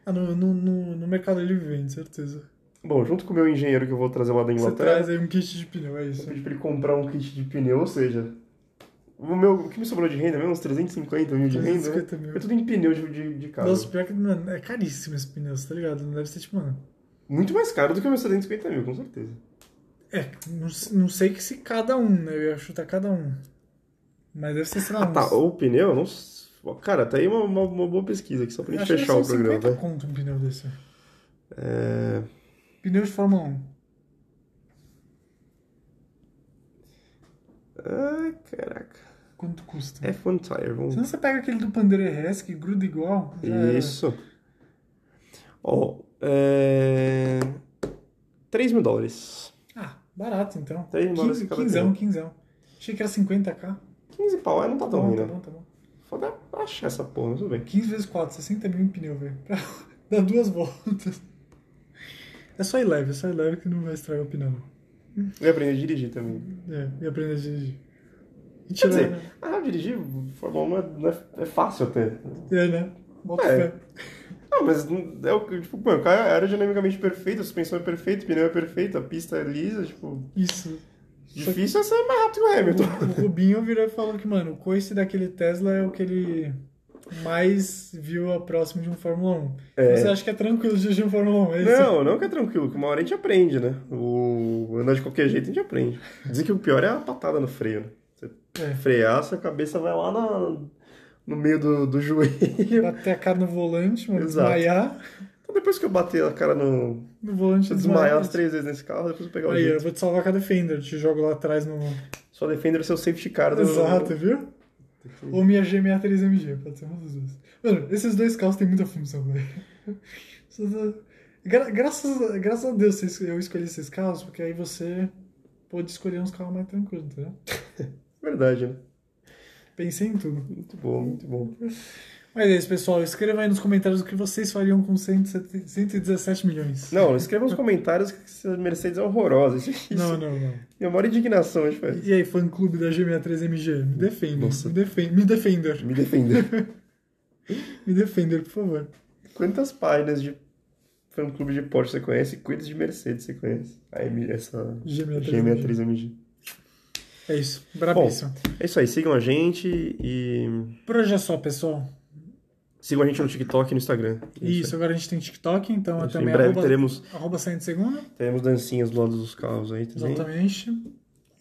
Ah, no, no, no, no mercado ele vende, certeza. Bom, junto com o meu engenheiro que eu vou trazer lá da Você Inglaterra, traz aí um kit de pneu, é isso. eu pedi pra ele comprar um kit de pneu, ou seja, O, meu, o que me sobrou de renda mesmo? Uns 350 mil de renda? né? 350 mil. É tudo em pneu de, de, de carro. Nossa, pior que, mano, é caríssimo esse pneu, tá ligado? Não deve ser tipo, mano. Muito mais caro do que meus 350 mil, com certeza. É, não, s- não sei que se cada um, né? Eu ia chutar cada um. Mas deve ser, sei lá, Ah, uns- tá. O pneu, não. s- Cara, tá aí uma, uma, uma boa pesquisa aqui, só pra gente acho que fechar deve o ser uns programa. 50 vai. conto um pneu desse. É. Pneu de Fórmula 1. Ah, caraca. Quanto custa? F1 Tire, vamos Senão você pega aquele do Pandere Hess que gruda igual. já era. Isso. Ó, é... 3 mil dólares. Ah, barato então. Três dólares 15, cada quinzão, quinzão. Achei que era 50k. 15 pau, é, não tá tão bom, ruim, tá né? bom, tá bom. Foda achar essa porra, mas tudo bem. 15 vezes 4, 60 mil em pneu, velho. Pra dar duas voltas. É só ir leve, é só ir leve que não vai estragar o pneu. não. Eu ia aprender a dirigir também. É, e aprender a dirigir. E Quer tirar, dizer, né? ah, dirigir Fórmula 1 é, não é, é fácil até. É, né? Bota É. fé. Não, mas não- é o que, tipo, mano, o carro é aerodinamicamente perfeito, a suspensão é perfeita, o pneu é perfeito, a pista é lisa, tipo... Isso. Só que Difícil é sair mais rápido que o Hamilton. o Rubinho virou e falou que, mano, o coice daquele Tesla é o que ele mais viu a próximo de um Fórmula 1. É. Você acha que é tranquilo dirigir um Fórmula 1? É isso? Não, não que é tranquilo, que uma hora a gente aprende, né? O andar de qualquer jeito a gente aprende. Dizem que o pior é a patada no freio, né? Você É. frear, sua cabeça vai lá na- no meio do, do joelho. Bater a cara no volante, mano, Exato. desmaiar. Então depois que eu bater a cara no. No volante é Se eu desmaiar desmaiar. as três vezes nesse carro, depois eu pegar o Aí, eu jeito. vou te salvar com a Defender, eu te jogo lá atrás no. Só defender o seu safety car do. Exato, viu? Ou minha G63MG, pode ser uma das duas. Mano, esses dois carros têm muita função, velho. Só dá- Gra- graças, a- graças a Deus vocês- eu escolhi esses carros, porque aí você pode escolher uns carros mais tranquilos, entendeu? Verdade, né? Pensei em tudo. Muito bom, muito bom. Mas é isso, pessoal. Escreva aí nos comentários o que vocês fariam com 170 117 milhões. Não, escreva nos comentários que essa Mercedes é horrorosa. Isso, isso. Não, não, não. Minha maior indignação, a gente faz. E aí, fã clube da G63MG? Me defende. Nossa. Me, defen me defender. Me defender. Me defender, por favor. Quantas páginas de fã clube de Porsche você conhece e quantas de Mercedes você conhece? A M, essa G63MG. G63 MG. É isso. Brabíssimo. É isso aí, sigam a gente e Por hoje é só, pessoal. sigam a gente no TikTok e no Instagram. É Isso, aí. agora a gente tem TikTok, então É é isso aí. também Em breve arroba, teremos, arroba saindo segunda. teremos dancinhas do lado dos carros aí também. Exatamente.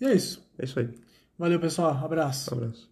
E é isso. É isso aí. um Valeu, pessoal. Abraço. Abraço.